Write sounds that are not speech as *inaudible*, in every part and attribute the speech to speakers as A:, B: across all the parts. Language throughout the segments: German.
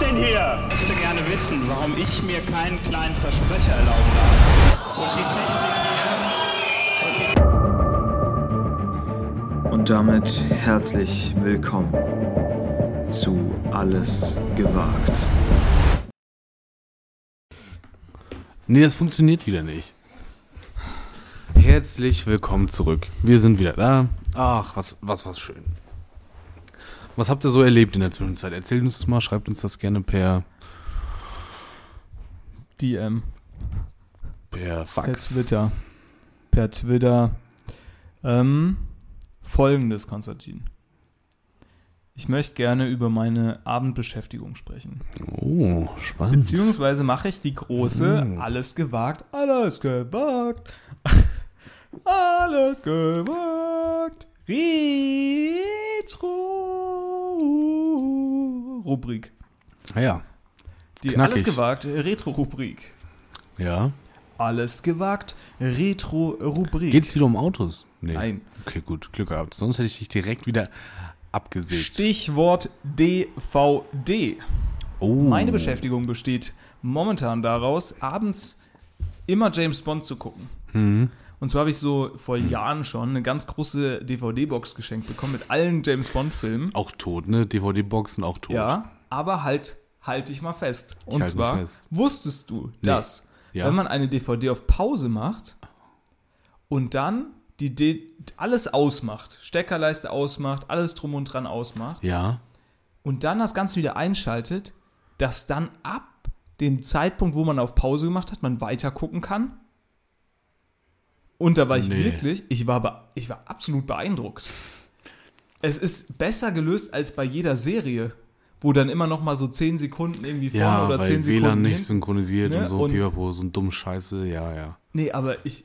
A: denn hier? Ich möchte gerne wissen, warum ich mir keinen kleinen Versprecher erlauben darf. Und die Technik hier.
B: Und damit herzlich willkommen zu Alles gewagt.
C: Nee, das funktioniert wieder nicht. Herzlich willkommen zurück. Wir sind wieder da. Ach, was, was, was schön. Was habt ihr so erlebt in der Zwischenzeit? Erzählt uns das mal, schreibt uns das gerne per,
D: DM,
C: per
D: per
C: Fax.
D: Twitter. Per Twitter. Ähm, Folgendes, Konstantin. Ich möchte gerne über meine Abendbeschäftigung sprechen.
C: Oh, spannend.
D: Beziehungsweise mache ich die große
C: Mm.
D: Alles gewagt, alles gewagt. *laughs* Alles gewagt. Retro-Rubrik.
C: Ah, ja.
D: Die
C: Knackig.
D: Alles gewagt Retro-Rubrik.
C: Ja.
D: Alles gewagt Retro-Rubrik.
C: Geht's wieder um Autos? Nee.
D: Nein.
C: Okay, gut. Glück gehabt. Sonst hätte ich dich direkt wieder abgesägt.
D: Stichwort DVD.
C: Oh.
D: Meine Beschäftigung besteht momentan daraus, abends immer James Bond zu gucken.
C: Mhm.
D: Und zwar habe ich so vor Jahren schon eine ganz große DVD-Box geschenkt bekommen mit allen James Bond-Filmen.
C: Auch tot, ne? DVD-Boxen auch tot.
D: Ja, aber halt, halt dich mal fest. Und
C: halte mich
D: zwar
C: fest.
D: wusstest du, dass
C: Ja.
D: wenn man eine DVD auf Pause macht und dann die D alles ausmacht, Steckerleiste ausmacht, alles drum und dran ausmacht,
C: Ja.
D: und dann das Ganze wieder einschaltet, dass dann ab dem Zeitpunkt, wo man auf Pause gemacht hat, man weiter gucken kann. Und da war ich
C: Nee.
D: wirklich, ich war, be- ich war absolut beeindruckt. Es ist besser gelöst als bei jeder Serie, wo dann immer noch mal so 10 Sekunden irgendwie vorne
C: Ja,
D: oder
C: weil
D: 10 Sekunden.
C: WLAN nicht
D: hin-
C: synchronisiert
D: Ne?
C: und so
D: Und-
C: ein Pipapo, so ein dumm Scheiße, ja, ja.
D: nee, aber ich,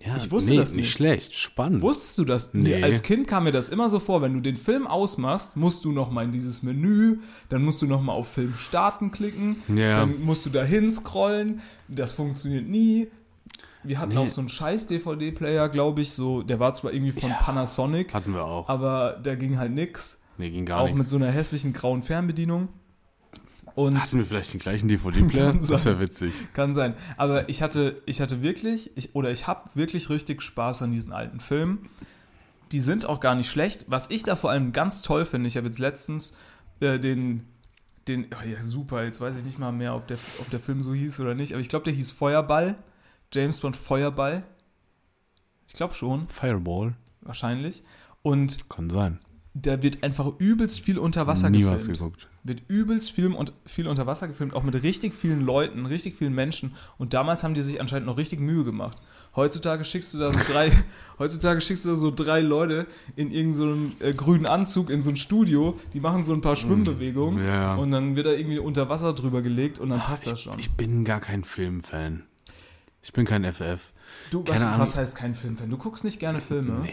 C: ja
D: Ich wusste das nicht.
C: Nicht schlecht, spannend.
D: Wusstest du das? Nee.
C: Nee.
D: Als Kind kam mir das immer so vor, wenn du den Film ausmachst, musst du nochmal in dieses Menü, dann musst du nochmal auf Film starten klicken,
C: Ja.
D: dann musst du dahin scrollen, das funktioniert nie. Wir hatten
C: Nee.
D: auch so einen scheiß DVD-Player, glaube ich, so, der war zwar irgendwie von Panasonic,
C: Hatten wir auch.
D: aber da ging halt nix.
C: nee, ging gar
D: Auch mit
C: nichts.
D: so einer hässlichen grauen Fernbedienung. Und
C: Hatten wir vielleicht den
D: *laughs*
C: gleichen DVD-Player?
D: Kann sein.
C: Das wäre witzig.
D: Kann sein. Aber ich hatte, ich hatte wirklich, ich, oder ich habe wirklich richtig Spaß an diesen alten Filmen. Die sind auch gar nicht schlecht. Was ich da vor allem ganz toll finde, ich habe jetzt letztens äh, den, den, oh ja super, jetzt weiß ich nicht mal mehr, ob der, ob der Film so hieß oder nicht, aber ich glaube, der hieß Feuerball. James Bond Feuerball. Ich glaube schon,
C: Fireball?
D: wahrscheinlich. Und
C: Kann sein.
D: da wird einfach übelst viel unter Wasser
C: Nie
D: gefilmt
C: was geguckt.
D: wird übelst viel, und viel unter Wasser gefilmt, auch mit richtig vielen Leuten, richtig vielen Menschen. Und damals haben die sich anscheinend noch richtig Mühe gemacht. Heutzutage schickst du
C: *laughs*
D: da so drei, heutzutage schickst du da so drei Leute in irgendeinem so äh, grünen Anzug in so ein Studio, die machen so ein paar Schwimmbewegungen
C: Hm. ja. Ah,
D: und dann wird da irgendwie unter Wasser drüber gelegt und dann passt das schon.
C: Ich bin gar kein Filmfan. Ich bin kein FF.
D: du,
C: keine
D: was,
C: Ahnung.
D: was heißt kein Filmfan? Du guckst nicht gerne Filme?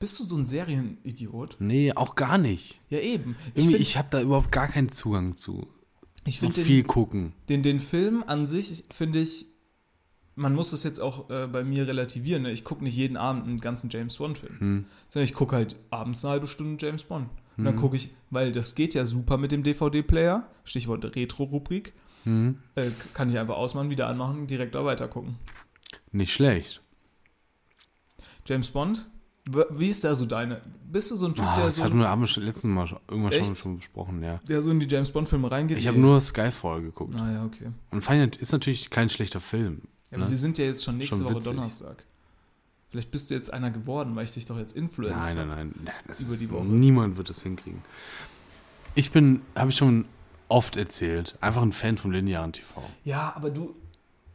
D: Bist du so ein Serienidiot?
C: Nee, auch gar nicht.
D: Ja, eben.
C: Irgendwie,
D: find-
C: ich, hab habe da überhaupt gar keinen Zugang zu.
D: ich
C: So
D: find den-
C: viel gucken.
D: Den, den Film an sich finde ich, man muss das jetzt auch äh, bei mir relativieren. Ne? Ich gucke nicht jeden Abend einen ganzen James Bond-Film,
C: Hm.
D: sondern ich gucke halt abends eine halbe Stunde James Bond. Und dann gucke ich, weil das geht ja super mit dem DVD-Player, Stichwort Retro-Rubrik.
C: Hm.
D: Äh, kann ich einfach ausmachen, wieder anmachen, direkt da weitergucken.
C: Nicht schlecht.
D: James Bond, w- wie ist da so deine? Bist du so ein Typ,
C: Ah,
D: der,
C: das hatten
D: so,
C: wir am letzten Mal schon, irgendwann schon,
D: Echt?
C: schon besprochen, ja.
D: der so in die James Bond-Filme reingeht?
C: Ich habe nur Skyfall geguckt.
D: Naja, okay.
C: Und Feind ist natürlich kein schlechter Film.
D: Ja, aber
C: Ne?
D: wir sind ja jetzt schon nächste
C: Schon
D: Woche
C: witzig.
D: Donnerstag. Vielleicht bist du jetzt einer geworden, weil ich dich doch jetzt influenzt
C: Nein,
D: hab.
C: nein, nein. Das
D: Über
C: ist,
D: die Woche.
C: Niemand wird das hinkriegen. Ich bin, habe ich schon oft erzählt, einfach ein Fan vom linearen TV.
D: Ja, aber du,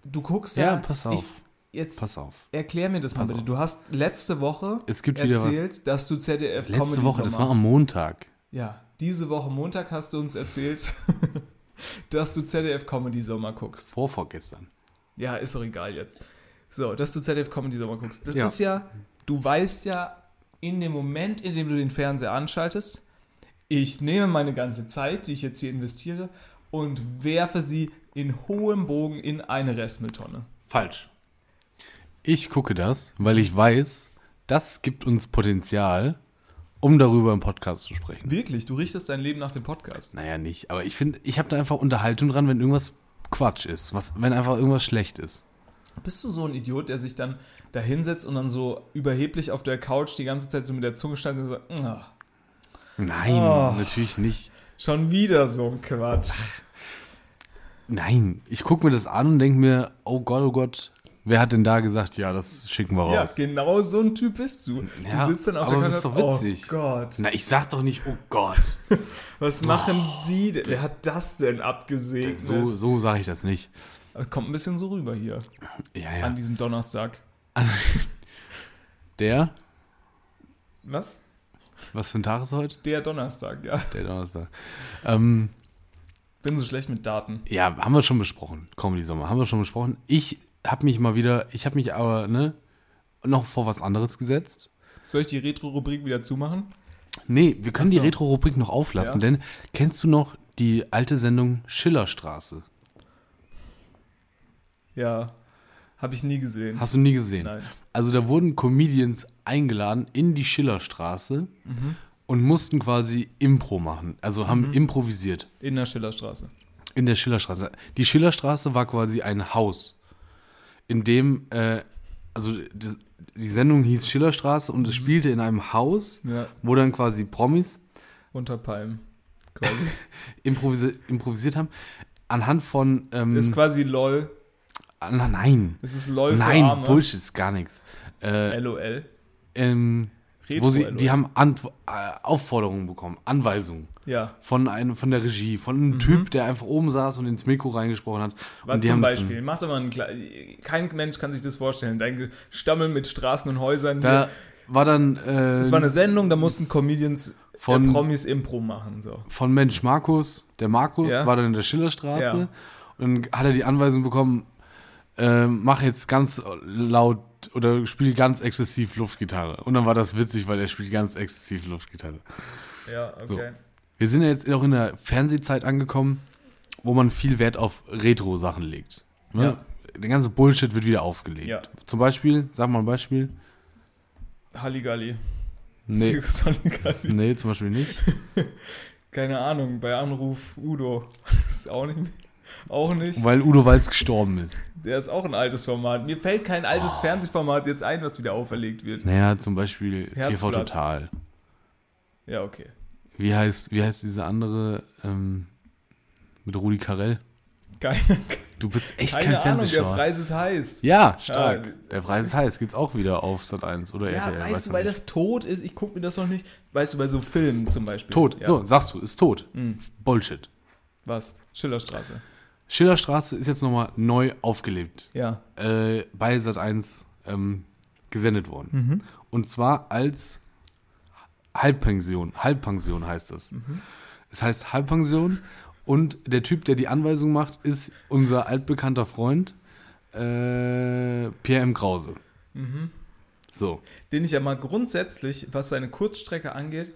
D: du guckst
C: Ja, pass auf.
D: Ich, jetzt
C: Pass auf.
D: erklär mir das mal
C: Pass
D: bitte.
C: auf.
D: Du hast letzte Woche
C: Es gibt wieder was-
D: erzählt, dass du ZDF
C: Letzte
D: Comedy
C: Woche, das war
D: Sommer-
C: am Montag.
D: Ja, diese Woche Montag hast du uns erzählt, *laughs* dass du ZDF Comedy Sommer guckst.
C: Vorvorgestern.
D: Ja, ist doch egal jetzt. So, dass du ZDF Comedy Sommer guckst. Das
C: Ja.
D: ist ja, du weißt ja in dem Moment, in dem du den Fernseher anschaltest, ich nehme meine ganze Zeit, die ich jetzt hier investiere, und werfe sie in hohem Bogen in eine Restmülltonne.
C: Falsch. Ich gucke das, weil ich weiß, das gibt uns Potenzial, um darüber im Podcast zu sprechen.
D: Wirklich, du richtest dein Leben nach dem Podcast.
C: Naja, nicht. Aber ich finde, ich habe da einfach Unterhaltung dran, wenn irgendwas Quatsch ist. Was, wenn einfach irgendwas schlecht ist.
D: Bist du so ein Idiot, der sich dann da hinsetzt und dann so überheblich auf der Couch die ganze Zeit so mit der Zunge stand und so, "Ah,
C: Nein,
D: Oh.
C: natürlich nicht.
D: schon wieder so ein Quatsch.
C: Nein, ich gucke mir das an und denke mir, oh Gott, oh Gott, wer hat denn da gesagt, ja, das schicken wir
D: Ja,
C: raus.
D: genau so ein Typ bist du.
C: Ja,
D: du sitzt dann auf
C: aber
D: der
C: das ist
D: Couch und
C: doch
D: sagst,
C: witzig."
D: oh Gott,
C: Na, ich sag doch nicht, oh
D: *laughs*
C: Gott.
D: was machen die denn? Wer hat das denn abgesegnet?
C: So, so sage ich das nicht.
D: Das kommt ein bisschen so rüber hier
C: Ja, ja.
D: an diesem Donnerstag.
C: Der?
D: Was?
C: Was für ein Tag ist heute?
D: Der Donnerstag, ja.
C: Der Donnerstag. Ähm,
D: Bin so schlecht mit Daten.
C: ja, haben wir schon besprochen. Comedy Sommer, haben wir schon besprochen. Ich habe mich mal wieder, ich habe mich aber, ne, noch vor was anderes gesetzt.
D: Soll ich die Retro-Rubrik wieder zumachen?
C: Nee, wir können
D: Ach so.
C: die Retro-Rubrik noch auflassen,
D: Ja.
C: denn kennst du noch die alte Sendung Schillerstraße?
D: Ja. Habe ich nie gesehen.
C: Hast du nie gesehen?
D: Nein.
C: Also da wurden Comedians eingeladen in die Schillerstraße und mussten quasi Impro machen. Also haben
D: Mhm.
C: improvisiert
D: In der Schillerstraße.
C: in der Schillerstraße. Die Schillerstraße war quasi ein Haus, in dem, äh, also die, die Sendung hieß Schillerstraße und es spielte in einem Haus,
D: Mhm. Ja.
C: wo dann quasi Promis
D: Unter Palmen.
C: *laughs*
D: Quasi.
C: improvisi improvisiert haben. Anhand von... Ähm,
D: ist quasi LOL.
C: an, nein,
D: Es ist LOL für
C: nein,
D: Arme.
C: Bullshit ist gar nichts. Äh,
D: LOL.
C: ähm,
D: Retro
C: wo sie,
D: LOL.
C: die haben Antw äh, Aufforderungen bekommen, Anweisungen
D: Ja.
C: von einem, von der Regie, von
D: Mhm.
C: einem Typ, der einfach oben saß und ins Mikro reingesprochen hat.
D: Was
C: und die
D: zum
C: haben es dann-
D: Beispiel? Mach doch mal einen Kle Kein Mensch kann sich das vorstellen. Dein Stammel mit Straßen und Häusern.
C: Da
D: hier.
C: war dann äh,
D: Das war eine Sendung, da mussten Comedians
C: Von-
D: äh, Promis Impro machen. So.
C: von Mensch Markus, der Markus
D: Ja.
C: war dann in der Schillerstraße
D: Ja.
C: und hat er die Anweisung bekommen, äh, mach jetzt ganz laut oder spiel ganz exzessiv Luftgitarre. Und dann war das witzig, weil er spielt ganz exzessiv Luftgitarre.
D: Ja, okay.
C: So. Wir sind ja jetzt auch in der Fernsehzeit angekommen, wo man viel Wert auf Retro-Sachen legt. Ne? Der ganze Bullshit wird wieder aufgelegt.
D: Ja.
C: Zum Beispiel, sag mal ein Beispiel.
D: Halligalli.
C: Nee,
D: Zirkus Halligalli.
C: nee zum Beispiel nicht.
D: Keine Ahnung, bei Anruf Udo. ist auch nicht. Auch nicht.
C: Weil Udo Walz gestorben ist.
D: Der ist auch ein altes Format. Mir fällt kein altes Fernsehformat jetzt ein, was wieder auferlegt wird.
C: Naja, zum Beispiel TV
D: Herzblatt.
C: Total.
D: Ja, okay.
C: Wie heißt, wie heißt diese andere ähm, mit Rudi Carell?
D: Keine,
C: Du bist echt kein
D: keine Ahnung, der
C: Fernsehschauer.
D: Preis ist heiß.
C: Ja, stark.
D: Ja.
C: Der Preis ist heiß. Geht's auch wieder auf Sat 1 oder
D: Ja,
C: RTL? weiß
D: weißt du,
C: man
D: weil
C: nicht.
D: das tot ist, ich gucke mir das noch nicht. Weißt du, bei so Filmen zum Beispiel.
C: Tot,
D: Ja. Mhm.
C: so, sagst du, ist tot. Bullshit.
D: Was? Schillerstraße.
C: Schillerstraße ist jetzt nochmal neu aufgelebt.
D: Ja.
C: Äh, bei Sat1 ähm, gesendet worden. Und zwar als Halbpension. Halbpension heißt das. Es heißt Halbpension und der Typ, der die Anweisung macht, ist unser altbekannter Freund äh, Pierre M. Krause. So.
D: Den ich ja mal grundsätzlich, was seine Kurzstrecke angeht,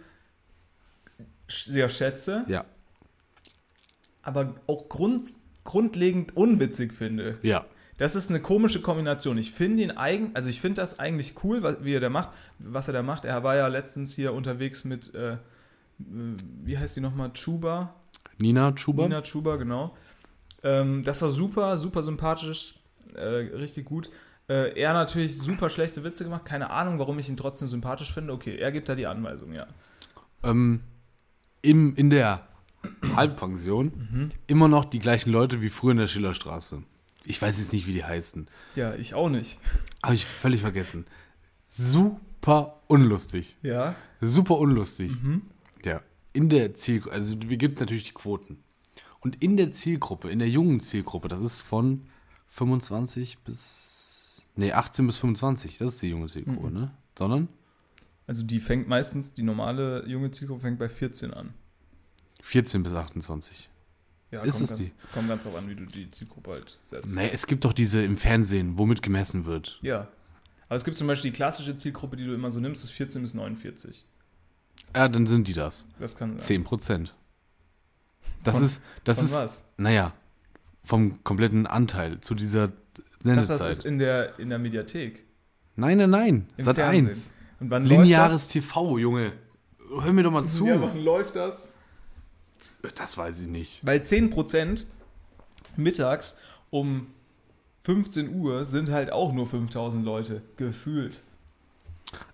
D: sch- sehr schätze,
C: Ja.
D: aber auch grund, grundlegend unwitzig finde.
C: Ja.
D: Das ist eine komische Kombination. Ich finde ihn eigen, also ich finde das eigentlich cool, was, wie er da macht, was er da macht. Er war ja letztens hier unterwegs mit, äh, äh, wie heißt die nochmal, Chuba,
C: Nina Schuber.
D: Nina Chuba, genau. Ähm, das war super, super sympathisch, äh, richtig gut. Äh, er natürlich super schlechte Witze gemacht, keine Ahnung, warum ich ihn trotzdem sympathisch finde. Okay, er gibt da die Anweisung, ja.
C: ähm, im, in der Halbpension immer noch die gleichen Leute wie früher in der Schillerstraße. Ich weiß jetzt nicht, wie die heißen.
D: Ja, ich auch nicht.
C: Habe ich völlig vergessen. Super unlustig.
D: Ja.
C: Super unlustig. Ja. In der Zielgruppe, also wir gibt natürlich die Quoten. Und in der Zielgruppe, in der jungen Zielgruppe, das ist von 25 bis. Nee, 18 bis 25, das ist die junge Zielgruppe, ne? Sondern
D: Also die fängt meistens, die normale junge Zielgruppe fängt bei 14 an.
C: 14 bis 28.
D: Ja,
C: Ist
D: kommt
C: es
D: ganz,
C: die?
D: Kommt ganz drauf an, wie du die Zielgruppe halt setzt.
C: Nee, es gibt doch diese im Fernsehen, womit gemessen wird.
D: Ja. Aber es gibt zum Beispiel die klassische Zielgruppe, die du immer so nimmst, ist 14 bis 49.
C: Ja, dann sind die das.
D: Das kann sein.
C: 10 Prozent. Das
D: Von-
C: ist, das
D: Von
C: ist,
D: was?
C: naja, vom kompletten Anteil zu dieser
D: Ich dachte, das ist
C: Sendezeit.
D: in der, in der Mediathek.
C: Nein, nein, nein.
D: Im
C: Sat
D: Fernsehen.
C: 1.
D: Und wann läuft
C: Lineares TV, Junge. hör mir doch mal zu.
D: Ja, wann läuft das?
C: Das weiß ich nicht.
D: Weil 10% mittags um 15 Uhr sind halt auch nur 5000 Leute, gefühlt.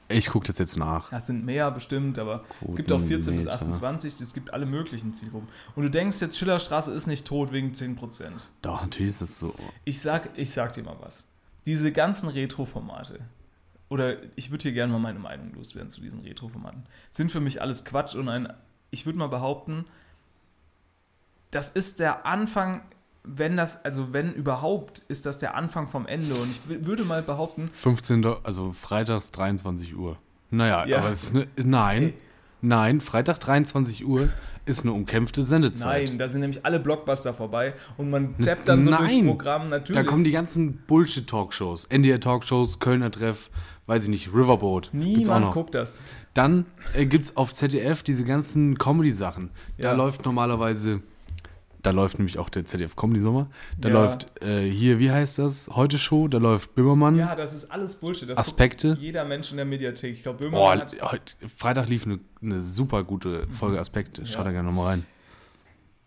C: Ich gucke das jetzt nach.
D: Das sind mehr bestimmt, aber es gibt auch 14 bis 28, es gibt alle möglichen Zielgruppen. Und du denkst jetzt, Schillerstraße ist nicht tot wegen 10%.
C: Doch, natürlich ist das so.
D: Ich sag, ich sag dir mal was. Diese ganzen Retro-Formate, oder ich würde hier gerne mal meine Meinung loswerden zu diesen Retro-Formaten, sind für mich alles Quatsch und ein, ich würde mal behaupten, das ist der Anfang, wenn das, also wenn überhaupt, ist das der Anfang vom Ende. Und ich wü- würde mal behaupten,
C: 15. Also freitags 23 Uhr. Naja,
D: Ja.
C: aber es ist ne, nein,
D: Hey.
C: nein, Freitag 23 Uhr ist eine umkämpfte Sendezeit.
D: nein, da sind nämlich alle Blockbuster vorbei und man zappt dann so durchs
C: Nein.
D: Programm natürlich.
C: Da kommen die ganzen Bullshit-Talkshows, NDR-Talkshows, Kölner Treff, weiß ich nicht, Riverboat. gibt's auch
D: Niemand
C: noch.
D: guckt das.
C: Dann äh, gibt es auf ZDF diese ganzen Comedy-Sachen. Da
D: Ja.
C: läuft normalerweise, da läuft nämlich auch der ZDF Comedy-Sommer. Da
D: Ja.
C: läuft äh, hier, wie heißt das? Heute Show, da läuft Böhmermann.
D: Ja, das ist alles Bullshit. Das
C: Aspekte?
D: guckt Jeder Mensch in der Mediathek. Ich glaube,
C: Boah,
D: Böhmermann hat.
C: heute, Freitag lief eine, eine super gute Folge Aspekte. Schaut da gerne nochmal rein.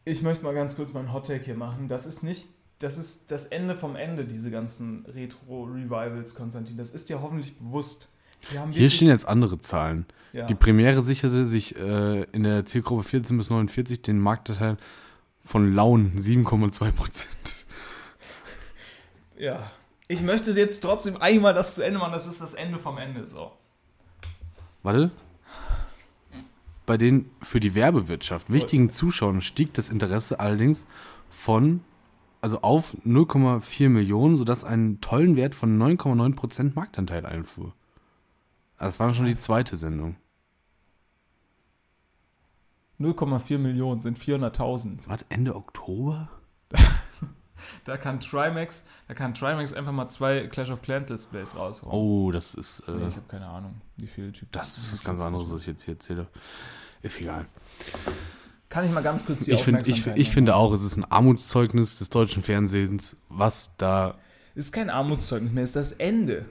D: Ich möchte mal ganz kurz meinen Hottake hier machen. Das ist nicht. Das ist das Ende vom Ende, diese ganzen Retro-Revivals, Konstantin. Das ist dir hoffentlich bewusst. Wir haben
C: Hier
D: wirklich-
C: stehen jetzt andere Zahlen.
D: Ja.
C: Die Premiere sicherte sich äh, in der Zielgruppe 14 bis 49 den Marktanteil von Laun 7,2 Prozent.
D: Ja. Ich möchte jetzt trotzdem einmal das zu Ende machen. Das ist das Ende vom Ende. So.
C: Warte. Bei den für die Werbewirtschaft wichtigen Zuschauern stieg das Interesse allerdings von, also auf 0,4 Millionen, sodass einen tollen Wert von 9,9 Prozent Marktanteil einfuhr. Also Das war schon die zweite Sendung.
D: 0,4 Millionen sind 400.000.
C: Was, Ende Oktober?
D: Da kann Trimax, da kann Trimax einfach mal zwei Clash of Clans Let's Plays raushauen.
C: Oh, das ist, äh,
D: Nee, ich habe keine Ahnung, wie viele Typen.
C: das ist was ganz anderes, was ich jetzt hier erzähle. Ist egal.
D: Kann ich mal ganz kurz die
C: Ich, find, ich,
D: Aufmerksamkeit
C: ich
D: machen?
C: finde auch, es ist ein Armutszeugnis des deutschen Fernsehens, was da,
D: Ist kein Armutszeugnis mehr, ist das Ende.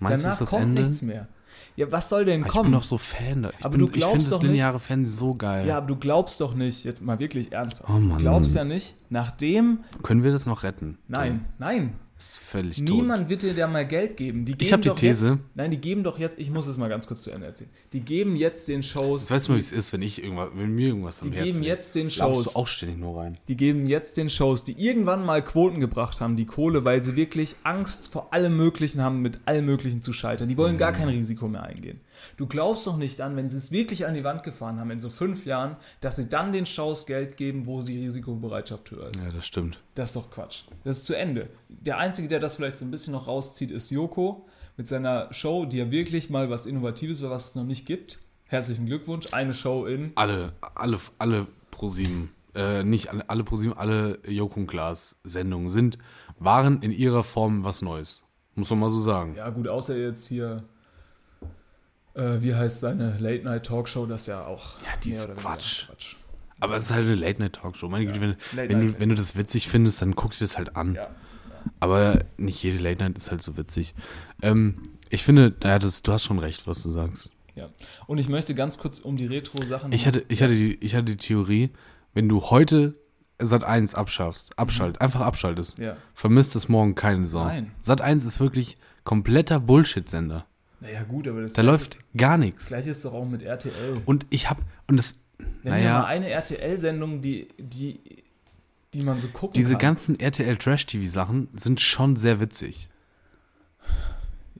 C: meinst du,
D: Danach
C: ist das
D: kommt
C: Ende?
D: nichts mehr. Ja, was soll denn
C: Ah, Ich
D: kommen?
C: bin doch so Fan. Da. Ich,
D: Aber
C: bin-
D: du
C: ich
D: glaubst
C: finde das
D: doch nicht-
C: lineare Fernsehen so geil.
D: ja, aber du glaubst doch nicht, jetzt mal wirklich ernsthaft.
C: Oh Mann.
D: du glaubst ja nicht, nachdem.
C: Können wir das noch retten?
D: Nein, nein.
C: Das ist völlig tot.
D: Niemand wird dir da mal Geld geben. Die geben
C: hab die
D: doch
C: These.
D: Jetzt, nein, die geben doch jetzt, ich muss es mal ganz kurz zu Ende erzählen. Die geben jetzt den Shows.
C: Jetzt weißt du, wie es ist, wenn ich irgendwas, wenn mir irgendwas am
D: Die
C: Herzen
D: geben
C: liegt.
D: jetzt den
C: Labst
D: Shows.
C: du auch ständig nur rein.
D: Die geben jetzt den Shows, die irgendwann mal Quoten gebracht haben, die Kohle, weil sie wirklich Angst vor allem Möglichen haben, mit allem Möglichen zu scheitern. Die wollen gar kein Risiko mehr eingehen. Du glaubst doch nicht an, wenn sie es wirklich an die Wand gefahren haben in so fünf Jahren, dass sie dann den Shows Geld geben, wo die Risikobereitschaft höher ist.
C: Ja, das stimmt.
D: Das ist doch Quatsch. Das ist zu Ende. Der Einzige, der das vielleicht so ein bisschen noch rauszieht, ist Joko mit seiner Show, die ja wirklich mal was Innovatives war, was es noch nicht gibt. Herzlichen Glückwunsch. Eine Show in.
C: Alle, alle, alle ProSieben, äh, nicht alle, alle ProSieben, alle Joko und Glas Sendungen sind, waren in ihrer Form was Neues. Muss man mal so sagen.
D: Ja, gut, außer jetzt hier, äh, wie heißt seine Late-Night-Talkshow, das ist ja auch. Ja,
C: die ist Quatsch. Aber es ist halt eine Late-Night-Talkshow. Meine Güte, wenn,
D: Late
C: wenn,
D: Night,
C: du,
D: Late
C: wenn du das witzig findest, dann guck dir das halt an.
D: Ja.
C: Aber nicht jede Late Night ist halt so witzig. Ähm, ich finde, naja, das, du hast schon recht, was du sagst.
D: ja. Und ich möchte ganz kurz um die Retro-Sachen.
C: Ich hatte, ich hatte, die, ich hatte die Theorie, wenn du heute Sat 1 abschaffst, abschalt, einfach abschaltest,
D: Mhm. Ja.
C: vermisst es morgen keine Sau.
D: Nein.
C: Sat 1 ist wirklich kompletter Bullshit-Sender.
D: Naja, gut, aber das
C: Da
D: Gleiche
C: läuft
D: Ist,
C: gar
D: das
C: nichts.
D: Gleiche ist doch auch mit RTL.
C: Und ich hab, und das,
D: Wenn ja mal
C: naja,
D: eine RTL-Sendung, die, die, die man so gucken
C: diese
D: kann.
C: ganzen RTL-Trash-TV-Sachen sind schon sehr witzig.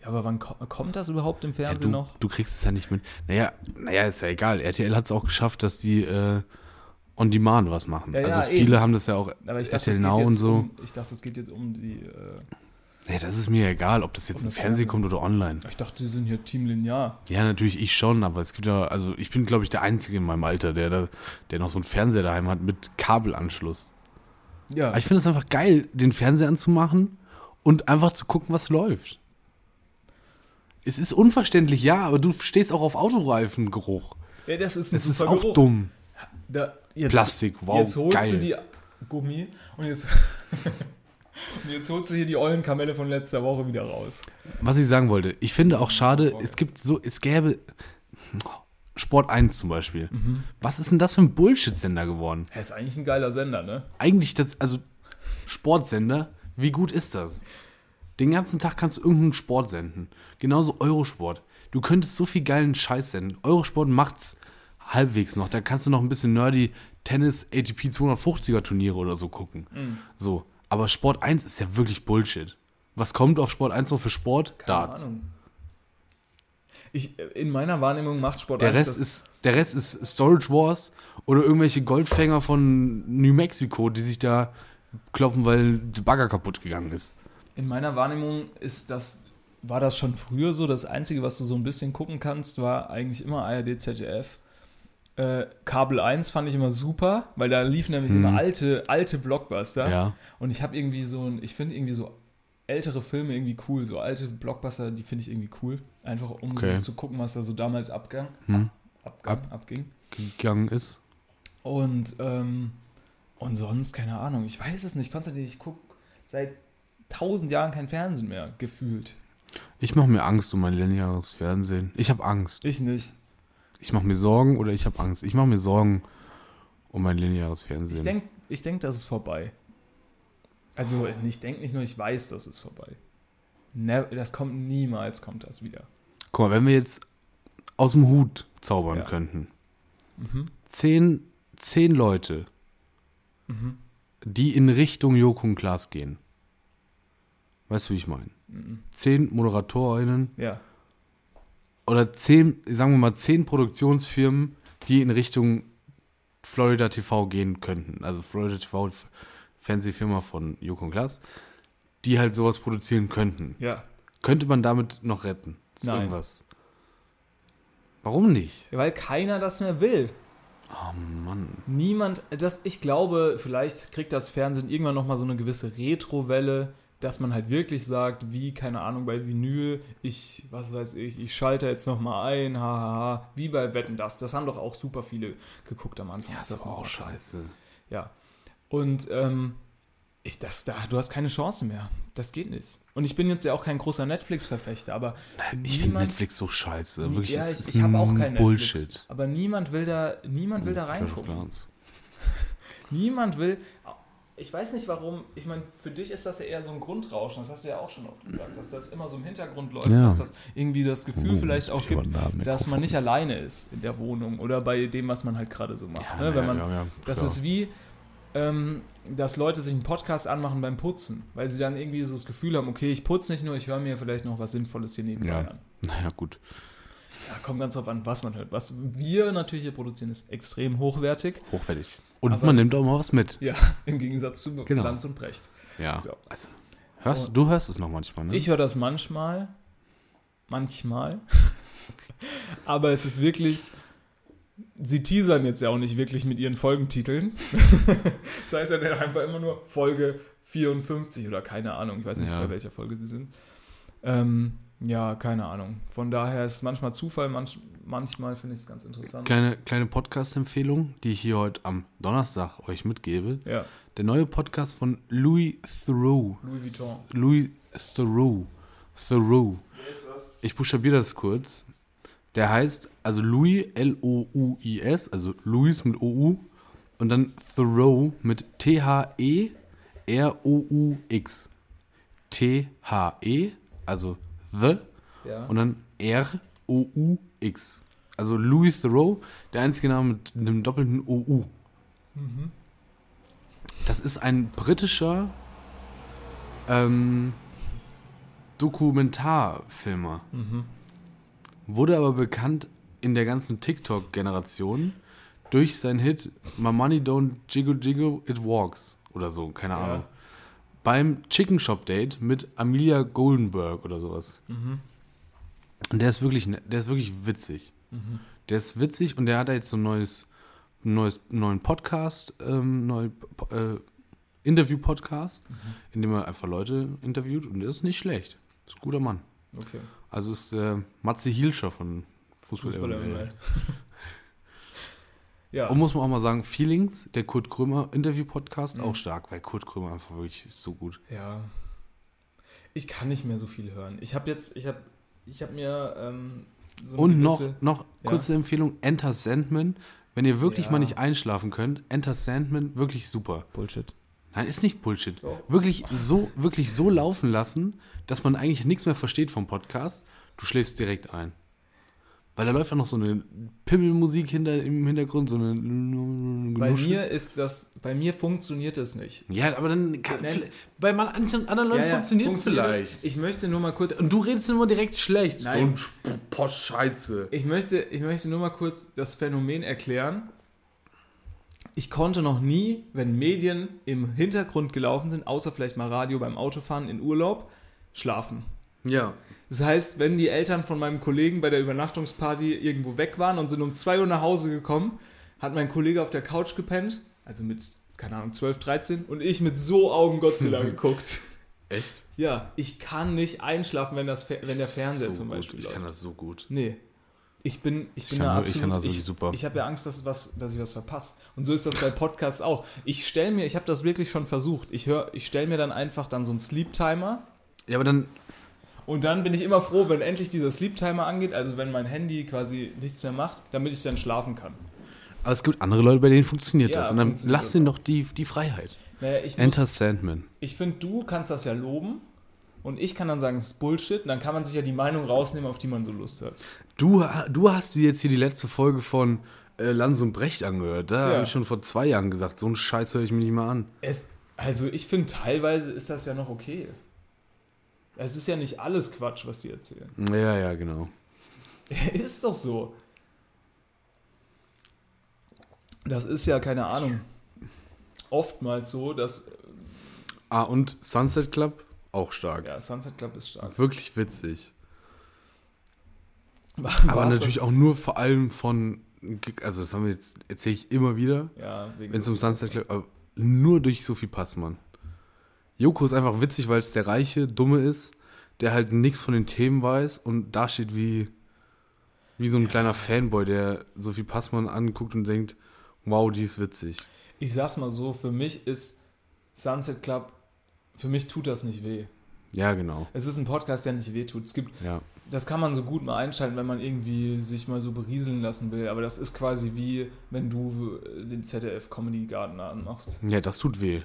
D: ja, aber wann ko kommt das überhaupt im
C: Ja,
D: Fernsehen
C: du,
D: noch?
C: du kriegst es ja nicht mit. Naja, naja, ist ja egal. RTL hat es auch geschafft, dass die äh, on demand was machen.
D: Ja, ja,
C: also viele
D: eben.
C: haben das ja auch
D: Aber ich dachte,
C: RTL
D: es geht
C: Now
D: jetzt
C: und so.
D: um, ich dachte, es geht jetzt um die. Äh,
C: naja, das ist mir egal, ob das jetzt
D: Um
C: im
D: das
C: Fernsehen
D: Fernsehen.
C: kommt oder online.
D: ich dachte, die sind hier Team Linear.
C: Ja, natürlich ich schon, aber es gibt ja, also ich bin, glaube ich, der Einzige in meinem Alter, der, da, der noch so einen Fernseher daheim hat mit Kabelanschluss.
D: Ja.
C: Aber ich finde es einfach geil, den Fernseher anzumachen und einfach zu gucken, was läuft. Es ist unverständlich, ja, aber du stehst auch auf Autoreifengeruch.
D: ja das ist ein
C: Es ist
D: super
C: auch
D: Geruch.
C: dumm.
D: Da, jetzt,
C: Plastik, wow,
D: Jetzt holst
C: geil.
D: du die Gummi und jetzt, *laughs* und jetzt holst du hier die ollen Kamelle von letzter Woche wieder raus.
C: Was ich sagen wollte, ich finde auch schade, es gibt so, es gäbe. Sport 1 zum Beispiel. Was ist denn das für ein Bullshit-Sender geworden?
D: Er ist eigentlich ein geiler Sender, ne?
C: Eigentlich das, also Sportsender, wie gut ist das? Den ganzen Tag kannst du irgendeinen Sport senden. Genauso Eurosport. Du könntest so viel geilen Scheiß senden. Eurosport macht's halbwegs noch. Da kannst du noch ein bisschen nerdy Tennis ATP 250er Turniere oder so gucken. So. Aber Sport 1 ist ja wirklich Bullshit. Was kommt auf Sport 1 noch für Sport? Darts.
D: Ahnung. Ich, in meiner Wahrnehmung macht Sport
C: Der
D: 1
C: Rest,
D: das-
C: ist, der Rest ist Storage Wars oder irgendwelche Goldfänger von New Mexico, die sich da kloppen, weil der Bagger kaputt gegangen ist.
D: In meiner Wahrnehmung ist das, war das schon früher so. Das Einzige, was du so ein bisschen gucken kannst, war eigentlich immer ARD, ZDF. Äh, Kabel 1 fand ich immer super, weil da liefen nämlich immer alte, alte Blockbuster.
C: Mhm. Ja.
D: Und ich habe irgendwie so ein, ich finde irgendwie so ältere Filme irgendwie cool, so alte Blockbuster, die finde ich irgendwie cool. Einfach um
C: Okay.
D: so zu gucken, was da so damals abgang, abgang, abging.
C: Gegangen ist.
D: Und, ähm, und sonst, keine Ahnung, ich weiß es nicht. Konstantin, ich gucke seit tausend Jahren kein Fernsehen mehr, gefühlt.
C: Ich mache mir Angst um mein lineares Fernsehen. Ich habe Angst.
D: Ich nicht.
C: Ich mache mir Sorgen oder ich habe Angst. Ich mache mir Sorgen um mein lineares Fernsehen.
D: Ich denke, ich denk, das ist vorbei. Also, ich denke nicht nur, ich weiß, das ist vorbei. Ne, das kommt niemals, kommt das wieder.
C: Guck mal, wenn wir jetzt aus dem Hut zaubern
D: Ja.
C: könnten. Zehn, zehn Leute, die in Richtung Joko und Klaas gehen. Weißt du, wie ich meine? Zehn ModeratorInnen
D: Ja.
C: oder zehn, sagen wir mal, zehn Produktionsfirmen, die in Richtung Florida TV gehen könnten. Also Florida TV, Fernsehfirma von Joko und Klaas, die halt sowas produzieren könnten.
D: Ja.
C: Könnte man damit noch retten? Ist
D: Nein.
C: Irgendwas. Warum nicht?
D: Weil keiner das mehr will.
C: Oh Mann.
D: Niemand, das, ich glaube, vielleicht kriegt das Fernsehen irgendwann nochmal so eine gewisse Retrowelle, dass man halt wirklich sagt, wie, keine Ahnung, bei Vinyl, ich, was weiß ich, ich schalte jetzt nochmal ein, hahaha, wie bei Wetten das. Das haben doch auch super viele geguckt am Anfang.
C: Das ist
D: noch-
C: auch scheiße.
D: Ja. Und ähm, ich, das, da, du hast keine Chance mehr. Das geht nicht. Und ich bin jetzt ja auch kein großer Netflix-Verfechter, aber
C: Ich finde
D: niemand-
C: Netflix so scheiße. Wirklich,
D: ja,
C: es
D: ich,
C: ist
D: ich habe auch
C: ein
D: kein
C: Bullshit.
D: Netflix. Aber niemand will da, niemand will da
C: Clash of
D: reingucken.
C: Clans.
D: Niemand will. äh, Ich weiß nicht warum. Ich meine, für dich ist das ja eher so ein Grundrauschen. Das hast du ja auch schon oft gesagt, dass das immer so im Hintergrund läuft,
C: Ja.
D: dass das irgendwie das Gefühl
C: Oh,
D: vielleicht
C: jetzt hab
D: auch
C: ich aber
D: gibt,
C: ein Namenmikrofon.
D: dass man nicht alleine ist in der Wohnung oder bei dem, was man halt gerade so macht.
C: Ja,
D: ne?
C: na
D: Wenn
C: ja,
D: man,
C: ja, ja,
D: das
C: klar.
D: ist wie, ähm, dass Leute sich einen Podcast anmachen beim Putzen, weil sie dann irgendwie so das Gefühl haben, okay, ich putze nicht nur, ich höre mir vielleicht noch was Sinnvolles hier nebenbei
C: Ja.
D: an.
C: Naja, gut.
D: Ja, kommt ganz drauf an, was man hört. Was wir natürlich hier produzieren, ist extrem hochwertig.
C: Hochwertig. Und
D: Aber-
C: man nimmt auch mal was mit.
D: Ja, im Gegensatz zu
C: Genau.
D: Lanz und Brecht.
C: Ja.
D: So.
C: Also, hörst, du hörst es noch manchmal, ne?
D: Ich höre das manchmal.
C: *laughs*
D: Manchmal. Aber es ist wirklich. Sie teasern jetzt ja auch nicht wirklich mit ihren
C: *laughs*
D: Folgentiteln. das heißt ja dann einfach immer nur Folge 54 oder keine Ahnung. Ich weiß nicht,
C: Ja.
D: bei welcher Folge sie sind. Ähm, ja, keine Ahnung. Von daher ist es manchmal Zufall, manch, manchmal finde ich es ganz interessant.
C: Kleine, kleine Podcast-Empfehlung, die ich hier heute am Donnerstag euch mitgebe.
D: ja,
C: Der neue Podcast von Louis Theroux.
D: Louis Vuitton.
C: Louis Theroux. Theroux. Ich buchstabiere das kurz. Der heißt also Louis, L-O-U-I-S, also Louis mit O-U und dann Thoreau mit E T-H-E-R-O-U-X. T-H-E, also The
D: Ja.
C: und dann R-O-U-X. Also Louis Thoreau, der einzige Name mit einem doppelten O-U. Das ist ein britischer ähm, Dokumentarfilmer. Wurde aber bekannt in der ganzen TikTok-Generation durch seinen Hit My Money Don't Jiggle Jiggle It Walks oder so, keine Ahnung. Beim Chicken Shop Date mit Amelia Goldenberg oder sowas. Und der ist wirklich, ne- der ist wirklich witzig. Der ist witzig und der hat da jetzt so ein neues, neues neuuen Podcast, ähm, neu, po- äh, Interview-Podcast, in dem er einfach Leute interviewt und der ist nicht schlecht. Ist ein guter Mann.
D: Okay.
C: Also ist äh, Matze Hielscher von Fußball,
D: Fußball
C: MML. *laughs*
D: MML. ja.
C: Und muss man auch mal sagen, Feelings, der Kurt Krömer Interview-Podcast, auch stark, weil Kurt Krömer einfach wirklich so gut.
D: Ja. Ich kann nicht mehr so viel hören. Ich habe jetzt, ich habe ich hab mir ähm, so eine
C: Und noch,
D: gewisse-
C: noch kurze Empfehlung: Enter Sandman. Wenn ihr wirklich
D: Ja.
C: mal nicht einschlafen könnt, Enter Sandman, wirklich super.
D: Bullshit.
C: Nein, ist nicht Bullshit. Wirklich so, wirklich so laufen lassen, dass man eigentlich nichts mehr versteht vom Podcast. Du schläfst direkt ein. Weil da läuft ja noch so eine Pimmelmusik hinter, im Hintergrund, so eine.
D: Bei mir ist das, bei mir funktioniert es nicht.
C: Ja, aber dann. Kann,
D: Nein.
C: vielleicht- bei man- manchen anderen Leuten
D: Ja, ja,
C: funktioniert es
D: es?
C: vielleicht.
D: Ich möchte nur mal kurz,
C: Und du redest immer direkt schlecht.
D: Nein.
C: So ein Post Scheiße.
D: ich möchte, ich möchte nur mal kurz das Phänomen erklären. Ich konnte noch nie, wenn Medien im Hintergrund gelaufen sind, außer vielleicht mal Radio beim Autofahren in Urlaub, schlafen.
C: Ja.
D: Das heißt, wenn die Eltern von meinem Kollegen bei der Übernachtungsparty irgendwo weg waren und sind um 2 Uhr nach Hause gekommen, hat mein Kollege auf der Couch gepennt, also mit, keine Ahnung, 12, 13 und ich mit so
C: *laughs*
D: Augen Godzilla geguckt.
C: Echt?
D: Ja, ich kann nicht einschlafen, wenn, das, Fe- wenn der Fernseher zum
C: gut.
D: Beispiel
C: Ich
D: läuft.
C: kann das so gut.
D: Nee. Ich bin, ich bin
C: kann
D: da
C: nur- ich kann
D: absolut.
C: das wirklich super.
D: Ich habe ja Angst, dass, was, dass ich was verpasse. Und so ist das bei Podcasts auch. Ich stelle mir, ich habe das wirklich schon versucht. Ich höre, ich stelle mir dann einfach dann so einen Sleep Timer.
C: Ja, aber dann.
D: Und dann bin ich immer froh, wenn endlich dieser Sleep Timer angeht, also wenn mein Handy quasi nichts mehr macht, damit ich dann schlafen kann.
C: Aber es gibt andere Leute, bei denen funktioniert
D: Ja,
C: das. Und dann
D: funktioniert
C: lass ihnen doch die, die Freiheit.
D: Naja, ich,
C: Enter
D: muss-
C: Sandman.
D: ich finde, du kannst das ja loben und ich kann dann sagen, es ist Bullshit. Und dann kann man sich ja die Meinung rausnehmen, auf die man so Lust hat.
C: Du, ha- du hast dir jetzt hier die letzte Folge von äh, Lanz und Brecht angehört. Da
D: Ja.
C: habe ich schon vor zwei Jahren gesagt, so einen Scheiß höre ich mir nicht mal an.
D: Es, also ich finde, teilweise ist das ja noch okay. Es ist ja nicht alles Quatsch, was die erzählen. *laughs*
C: Ja, ja, genau.
D: ist doch so. Das ist ja, keine Ahnung, oftmals so, dass...
C: Ah, und Sunset Club, auch stark.
D: Ja, Sunset Club ist stark.
C: Wirklich witzig. Aber
D: *laughs* War's
C: natürlich auch nur vor allem von, also das haben wir jetzt, erzähle ich immer wieder,
D: dann- Ja, wegen
C: wenn es um Sunset Club, aber nur durch Sophie Passmann. Joko ist einfach witzig, weil es der reiche, dumme ist, der halt nichts von den Themen weiß und da steht wie, wie so ein kleiner Fanboy, der Sophie Passmann anguckt und denkt, wow, die ist witzig.
D: Ich sag's mal so, für mich ist Sunset Club, für mich tut das nicht weh.
C: Ja, genau.
D: Es ist ein Podcast, der nicht weh tut. Es gibt,
C: Ja.
D: das kann man so gut mal einschalten, wenn man irgendwie sich mal so berieseln lassen will. Aber das ist quasi wie, wenn du äh, den ZDF Comedy Garden anmachst. *laughs*
C: Ja, das tut weh.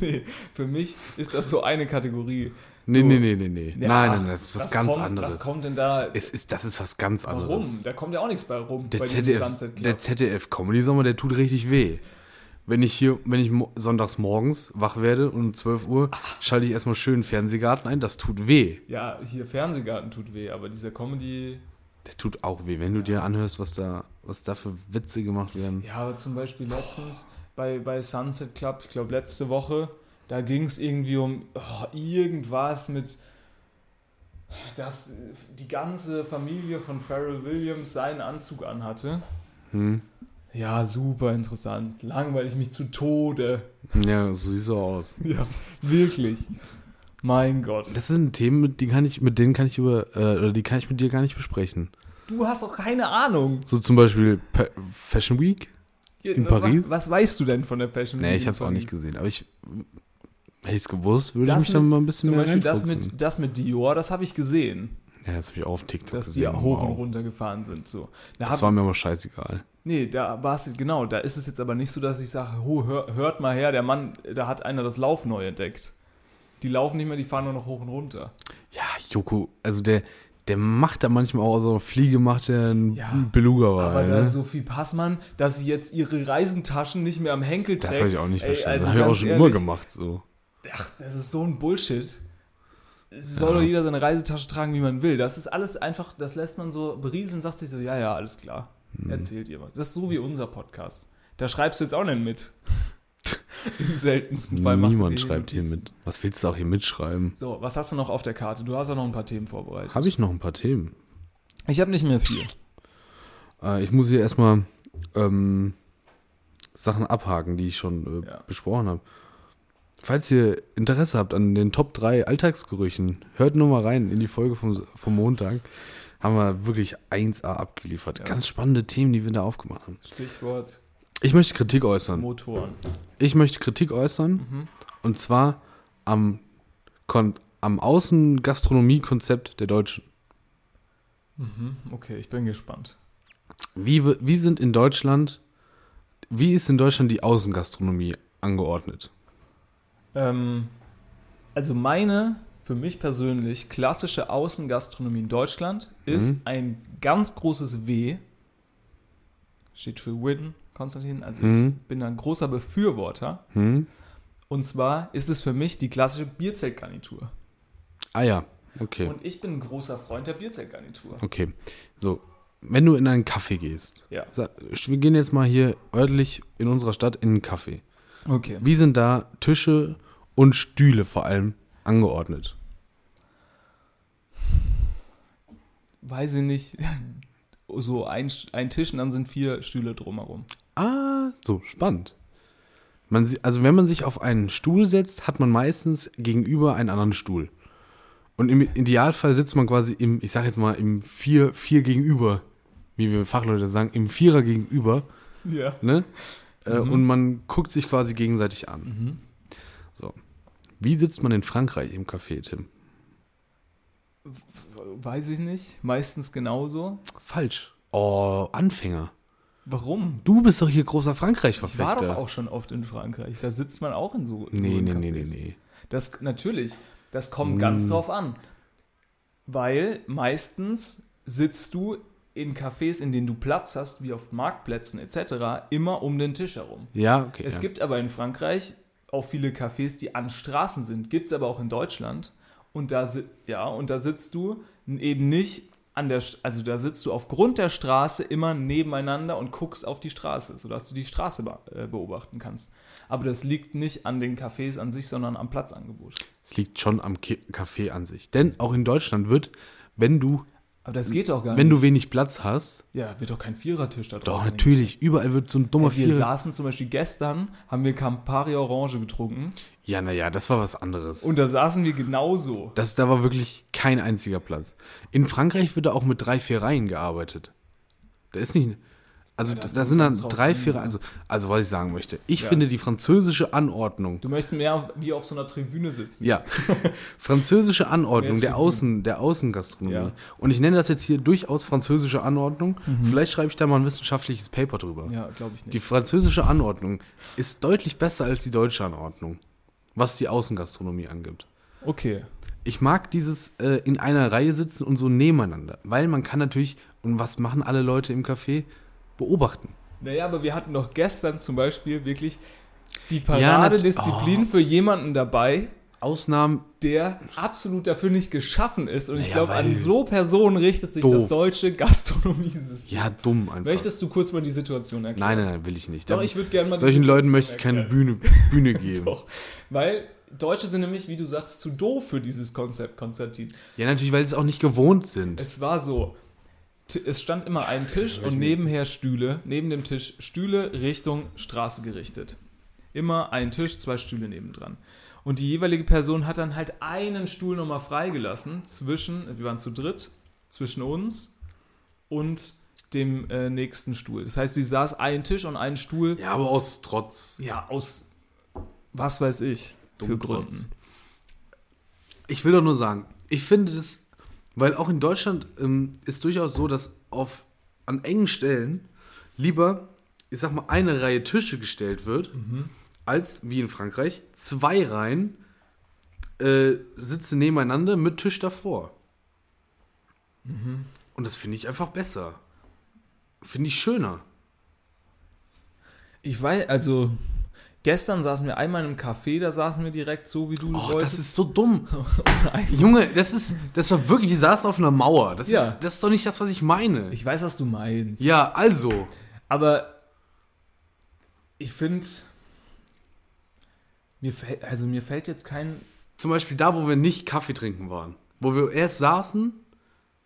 D: nee, für mich ist das so eine Kategorie.
C: Nee,
D: So.
C: nee, nee, nee, nee.
D: Ja,
C: nein, nein, das ist was, ganz
D: kommt,
C: anderes.
D: Was kommt denn da?
C: Es ist, das ist was ganz anderes.
D: Warum? Da kommt ja auch nichts bei rum.
C: Der
D: bei diesem
C: ZDF,
D: Sunset
C: der
D: Club.
C: ZDF Comedy Sommer, der tut richtig weh. Wenn ich hier, wenn ich mo- sonntags morgens wach werde und um 12 Uhr schalte ich erstmal schön Fernsehgarten ein, das tut weh.
D: Ja, hier Fernsehgarten tut weh, aber dieser Comedy.
C: Der tut auch weh, wenn du dir anhörst, was da, was da für Witze gemacht werden.
D: Ja, aber zum Beispiel letztens bei, bei Sunset Club, ich glaube letzte Woche, da ging es irgendwie um oh, irgendwas mit, dass die ganze Familie von Pharrell Williams seinen Anzug anhatte.
C: Hm?
D: Ja, super interessant. Langweile ich mich zu Tode. *laughs*
C: Ja, so sieht so aus.
D: Ja, wirklich. Mein Gott.
C: Das sind Themen, mit, die kann ich, mit denen kann ich über, äh, oder die kann ich mit dir gar nicht besprechen.
D: Du hast auch keine Ahnung.
C: So zum Beispiel Pe Fashion Week. In
D: was,
C: Paris?
D: Was weißt du denn von der Fashion
C: Nee,
D: Week
C: ich
D: in
C: hab's auch
D: Paris?
C: nicht gesehen, aber ich, hätte ich's gewusst, würde ich
D: Das
C: mich dann
D: mit-
C: mal ein bisschen
D: zum
C: mehr
D: Beispiel das
C: reinfuchsen.
D: mit, das mit Dior, das habe ich gesehen.
C: Ja, das habe ich auch auf TikTok
D: dass die
C: gesehen.
D: hoch und
C: wow.
D: runter gefahren sind. So. Da
C: Das
D: hab,
C: war mir aber scheißegal.
D: nee, da war es genau. Da ist es jetzt aber nicht so, dass ich sage, ho, hör, hört mal her, der Mann, da hat einer das Lauf neu entdeckt. Die laufen nicht mehr, die fahren nur noch hoch und runter.
C: Ja, Joko, also der, der macht da manchmal auch aus einer Fliege, macht er einen
D: Ja,
C: Beluga
D: Aber
C: war.
D: da
C: Ne?
D: Sophie Passmann, dass sie jetzt ihre Reisentaschen nicht mehr am Henkel trägt.
C: das habe ich auch nicht
D: Ey,
C: verstanden.
D: also
C: das habe ich auch
D: ganz
C: schon
D: ehrlich,
C: immer gemacht. So.
D: Ach, das ist so ein Bullshit. Soll doch jeder seine Reisetasche tragen, wie man will. Das ist alles einfach, das lässt man so berieseln, sagt sich so, ja, ja, alles klar.
C: Mhm.
D: Erzählt ihr was. Das ist so wie unser Podcast. Da schreibst du jetzt auch
C: *laughs*
D: nicht mit. Im seltensten Fall machst
C: Niemand
D: du dir
C: schreibt hier
D: Notizen.
C: mit. Was willst du auch hier mitschreiben?
D: So, was hast du noch auf der Karte? Du hast ja noch ein paar Themen vorbereitet.
C: Habe ich noch ein paar Themen?
D: Ich habe nicht mehr viel.
C: Äh, ich muss hier erstmal ähm, Sachen abhaken, die ich schon äh,
D: Ja.
C: besprochen habe. Falls ihr Interesse habt an den Top 3 Alltagsgerüchen, hört nur mal rein in die Folge vom, vom Montag. Haben wir wirklich 1A abgeliefert. Ganz spannende Themen, die wir da aufgemacht haben.
D: Stichwort
C: Ich möchte Kritik äußern.
D: Motoren.
C: Ich möchte Kritik äußern. Und zwar am, Kon am Außengastronomiekonzept der Deutschen.
D: Okay, ich bin gespannt.
C: Wie, wi- wie sind in Deutschland, wie ist in Deutschland die Außengastronomie angeordnet?
D: Ähm, also meine, für mich persönlich, klassische Außengastronomie in Deutschland
C: Mhm.
D: ist ein ganz großes W. Steht für Win, Konstantin. Also
C: Mhm.
D: ich bin da ein großer Befürworter.
C: Hm?
D: Und zwar ist es für mich die klassische Bierzeltgarnitur.
C: Ah ja, okay.
D: Und ich bin ein großer Freund der Bierzeltgarnitur.
C: Okay, so, wenn du in einen Kaffee gehst,
D: Ja.
C: sa- wir gehen jetzt mal hier örtlich in unserer Stadt in einen Kaffee.
D: Okay.
C: Wie sind da Tische und Stühle vor allem angeordnet?
D: Weiß ich nicht. *laughs* So ein, ein Tisch und dann sind vier Stühle drumherum.
C: Ah, so, spannend. Man, sie- also wenn man sich auf einen Stuhl setzt, hat man meistens gegenüber einen anderen Stuhl. Und im Idealfall sitzt man quasi im, ich sag jetzt mal, im vier, vier gegenüber, wie wir Fachleute sagen, im Vierer gegenüber,
D: Ja.
C: ne? Äh,
D: Mhm.
C: Und man guckt sich quasi gegenseitig an. So. Wie sitzt man in Frankreich im Café, Tim?
D: Weiß ich nicht. Meistens genauso.
C: Falsch. Oh, Anfänger.
D: Warum?
C: Du bist doch hier großer
D: Ich
C: Frankreich-Verfechter.
D: war doch auch schon oft in Frankreich. Da sitzt man auch in so. so
C: Nee,
D: in
C: nee, nee, nee,
D: Cafés.
C: nee. Hm.
D: Das natürlich. Das kommt ganz drauf an. Weil meistens sitzt du in Cafés, in denen du Platz hast, wie auf Marktplätzen etc., immer um den Tisch herum.
C: Ja, okay.
D: Es
C: ja.
D: gibt aber in Frankreich auch viele Cafés, die an Straßen sind. Gibt es aber auch in Deutschland. Und da, si- ja, und da sitzt du eben nicht an der, St- also da sitzt du aufgrund der Straße immer nebeneinander und guckst auf die Straße, sodass du die Straße be äh, beobachten kannst. Aber das liegt nicht an den Cafés an sich, sondern am Platzangebot.
C: Es liegt schon am Ki- Kaffee an sich. Denn auch in Deutschland wird, wenn du,
D: Aber das geht doch gar
C: wenn du
D: nicht.
C: wenig Platz hast,
D: ja, wird doch kein Vierertisch da
C: doch
D: draußen
C: natürlich, überall wird so ein dummer
D: hingestellt. Wir
C: Vierer.
D: saßen zum Beispiel gestern, haben wir Campari Orange getrunken
C: Ja, naja, das war was anderes.
D: und da saßen wir genauso.
C: das, da war wirklich kein einziger Platz. In Frankreich wird da auch mit drei, vier Reihen gearbeitet. Da ist nicht. Also
D: das
C: da
D: kommt
C: sind dann
D: ganz drauf
C: drei,
D: an,
C: vier
D: ja.
C: Reihen. Also, also was ich sagen möchte. Ich
D: Ja.
C: finde die französische Anordnung.
D: Du möchtest mehr auf- wie auf so einer Tribüne sitzen. *laughs*
C: Ja, französische Anordnung
D: Mehr
C: der,
D: Tribünen.
C: Außen, der Außengastronomie.
D: Ja. Mhm.
C: Und ich nenne das jetzt hier durchaus französische Anordnung. Vielleicht schreibe ich da mal ein wissenschaftliches Paper drüber.
D: Ja, glaube ich nicht.
C: Die französische Anordnung ist deutlich besser als die deutsche Anordnung, was die Außengastronomie angibt.
D: okay.
C: Ich mag dieses äh, in einer Reihe sitzen und so nebeneinander, weil man kann natürlich, und was machen alle Leute im Café? Beobachten.
D: Naja, aber wir hatten doch gestern zum Beispiel wirklich die Paradedisziplin
C: Oh.
D: für jemanden dabei,
C: Ausnahmen,
D: der absolut dafür nicht geschaffen ist. Und ich
C: Naja,
D: glaube, an
C: weil-
D: so Personen richtet sich das
C: Doof.
D: deutsche Gastronomiesystem.
C: ja, dumm einfach.
D: Möchtest du kurz mal die Situation erklären?
C: nein, nein, nein, will ich nicht.
D: Doch, ich würd gerne mal die
C: Solchen Leuten
D: Situation
C: möchte ich keine Bühne,
D: *laughs*
C: Bühne geben.
D: Doch. Weil Deutsche sind nämlich, wie du sagst, zu doof für dieses Konzept, Konstantin.
C: Ja, natürlich, weil sie es auch nicht gewohnt sind.
D: Es war so. T- Es stand immer ein Tisch und nebenher Stühle, neben dem Tisch Stühle Richtung Straße gerichtet. Immer ein Tisch, zwei Stühle nebendran. Und die jeweilige Person hat dann halt einen Stuhl nochmal freigelassen zwischen, wir waren zu dritt, zwischen uns und dem äh, nächsten Stuhl. Das heißt, sie saß einen Tisch und einen Stuhl.
C: ja, aber aus Trotz.
D: Ja, aus was weiß ich für
C: Dummtrotz.
D: Gründen.
C: Ich will doch nur sagen, ich finde das, weil auch in Deutschland ähm, ist durchaus so, dass auf, an engen Stellen lieber, ich sag mal, eine Reihe Tische gestellt wird, als, wie in Frankreich, zwei Reihen äh, Sitze nebeneinander mit Tisch davor. Und das finde ich einfach besser. Finde ich schöner.
D: Ich weiß, also gestern saßen wir einmal in einem Café, da saßen wir direkt so, wie du
C: Oh,
D: wolltest.
C: das ist so
D: *laughs*
C: dumm.
D: Oh Nein.
C: Junge, das ist, das war wirklich, wir saßen auf einer Mauer. Das,
D: Ja.
C: ist, das ist doch nicht das, was ich meine.
D: Ich weiß, was du meinst.
C: ja, also.
D: Aber ich finde, mir fällt, also mir fällt jetzt kein,
C: Zum Beispiel da, wo wir nicht Kaffee trinken waren. Wo wir erst saßen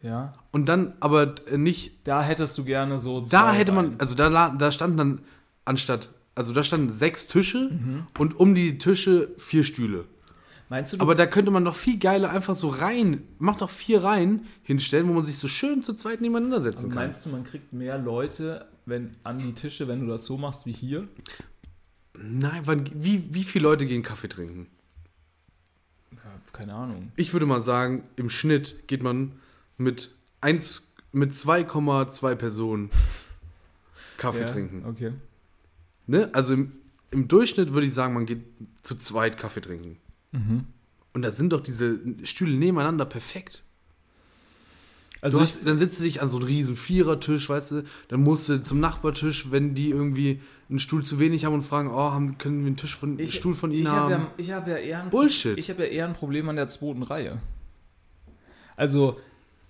D: ja,
C: und dann aber äh, nicht.
D: da hättest du gerne so.
C: Da
D: zwei
C: hätte man,
D: Reihen.
C: also da, la- da standen dann anstatt, also da standen sechs Tische
D: Mhm.
C: und um die Tische vier Stühle.
D: Meinst du, du
C: Aber da könnte man doch viel geiler einfach so rein, macht doch vier Reihen hinstellen, wo man sich so schön zu zweit nebeneinander setzen kann.
D: meinst du, man kriegt mehr Leute wenn, an die Tische, wenn du das so machst wie hier?
C: Nein, wann, wie, wie viele Leute gehen Kaffee trinken?
D: Ja, keine Ahnung.
C: Ich würde mal sagen, im Schnitt geht man mit 1, mit 2,2 Personen Kaffee trinken.
D: Okay.
C: Ne? Also im, im Durchschnitt würde ich sagen, man geht zu zweit Kaffee trinken. Und da sind doch diese Stühle nebeneinander perfekt.
D: Also
C: Du
D: ich,
C: hast, dann sitzt du dich an so einen riesen Vierertisch, weißt du, dann musst du zum Nachbartisch, wenn die irgendwie einen Stuhl zu wenig haben und fragen, oh, haben, können wir einen Tisch von,
D: ich,
C: Stuhl von ihnen
D: ich
C: haben?
D: hab ja, ich habe ja eher ein
C: Bullshit.
D: Ich habe ja eher ein Problem an der zweiten Reihe. Also,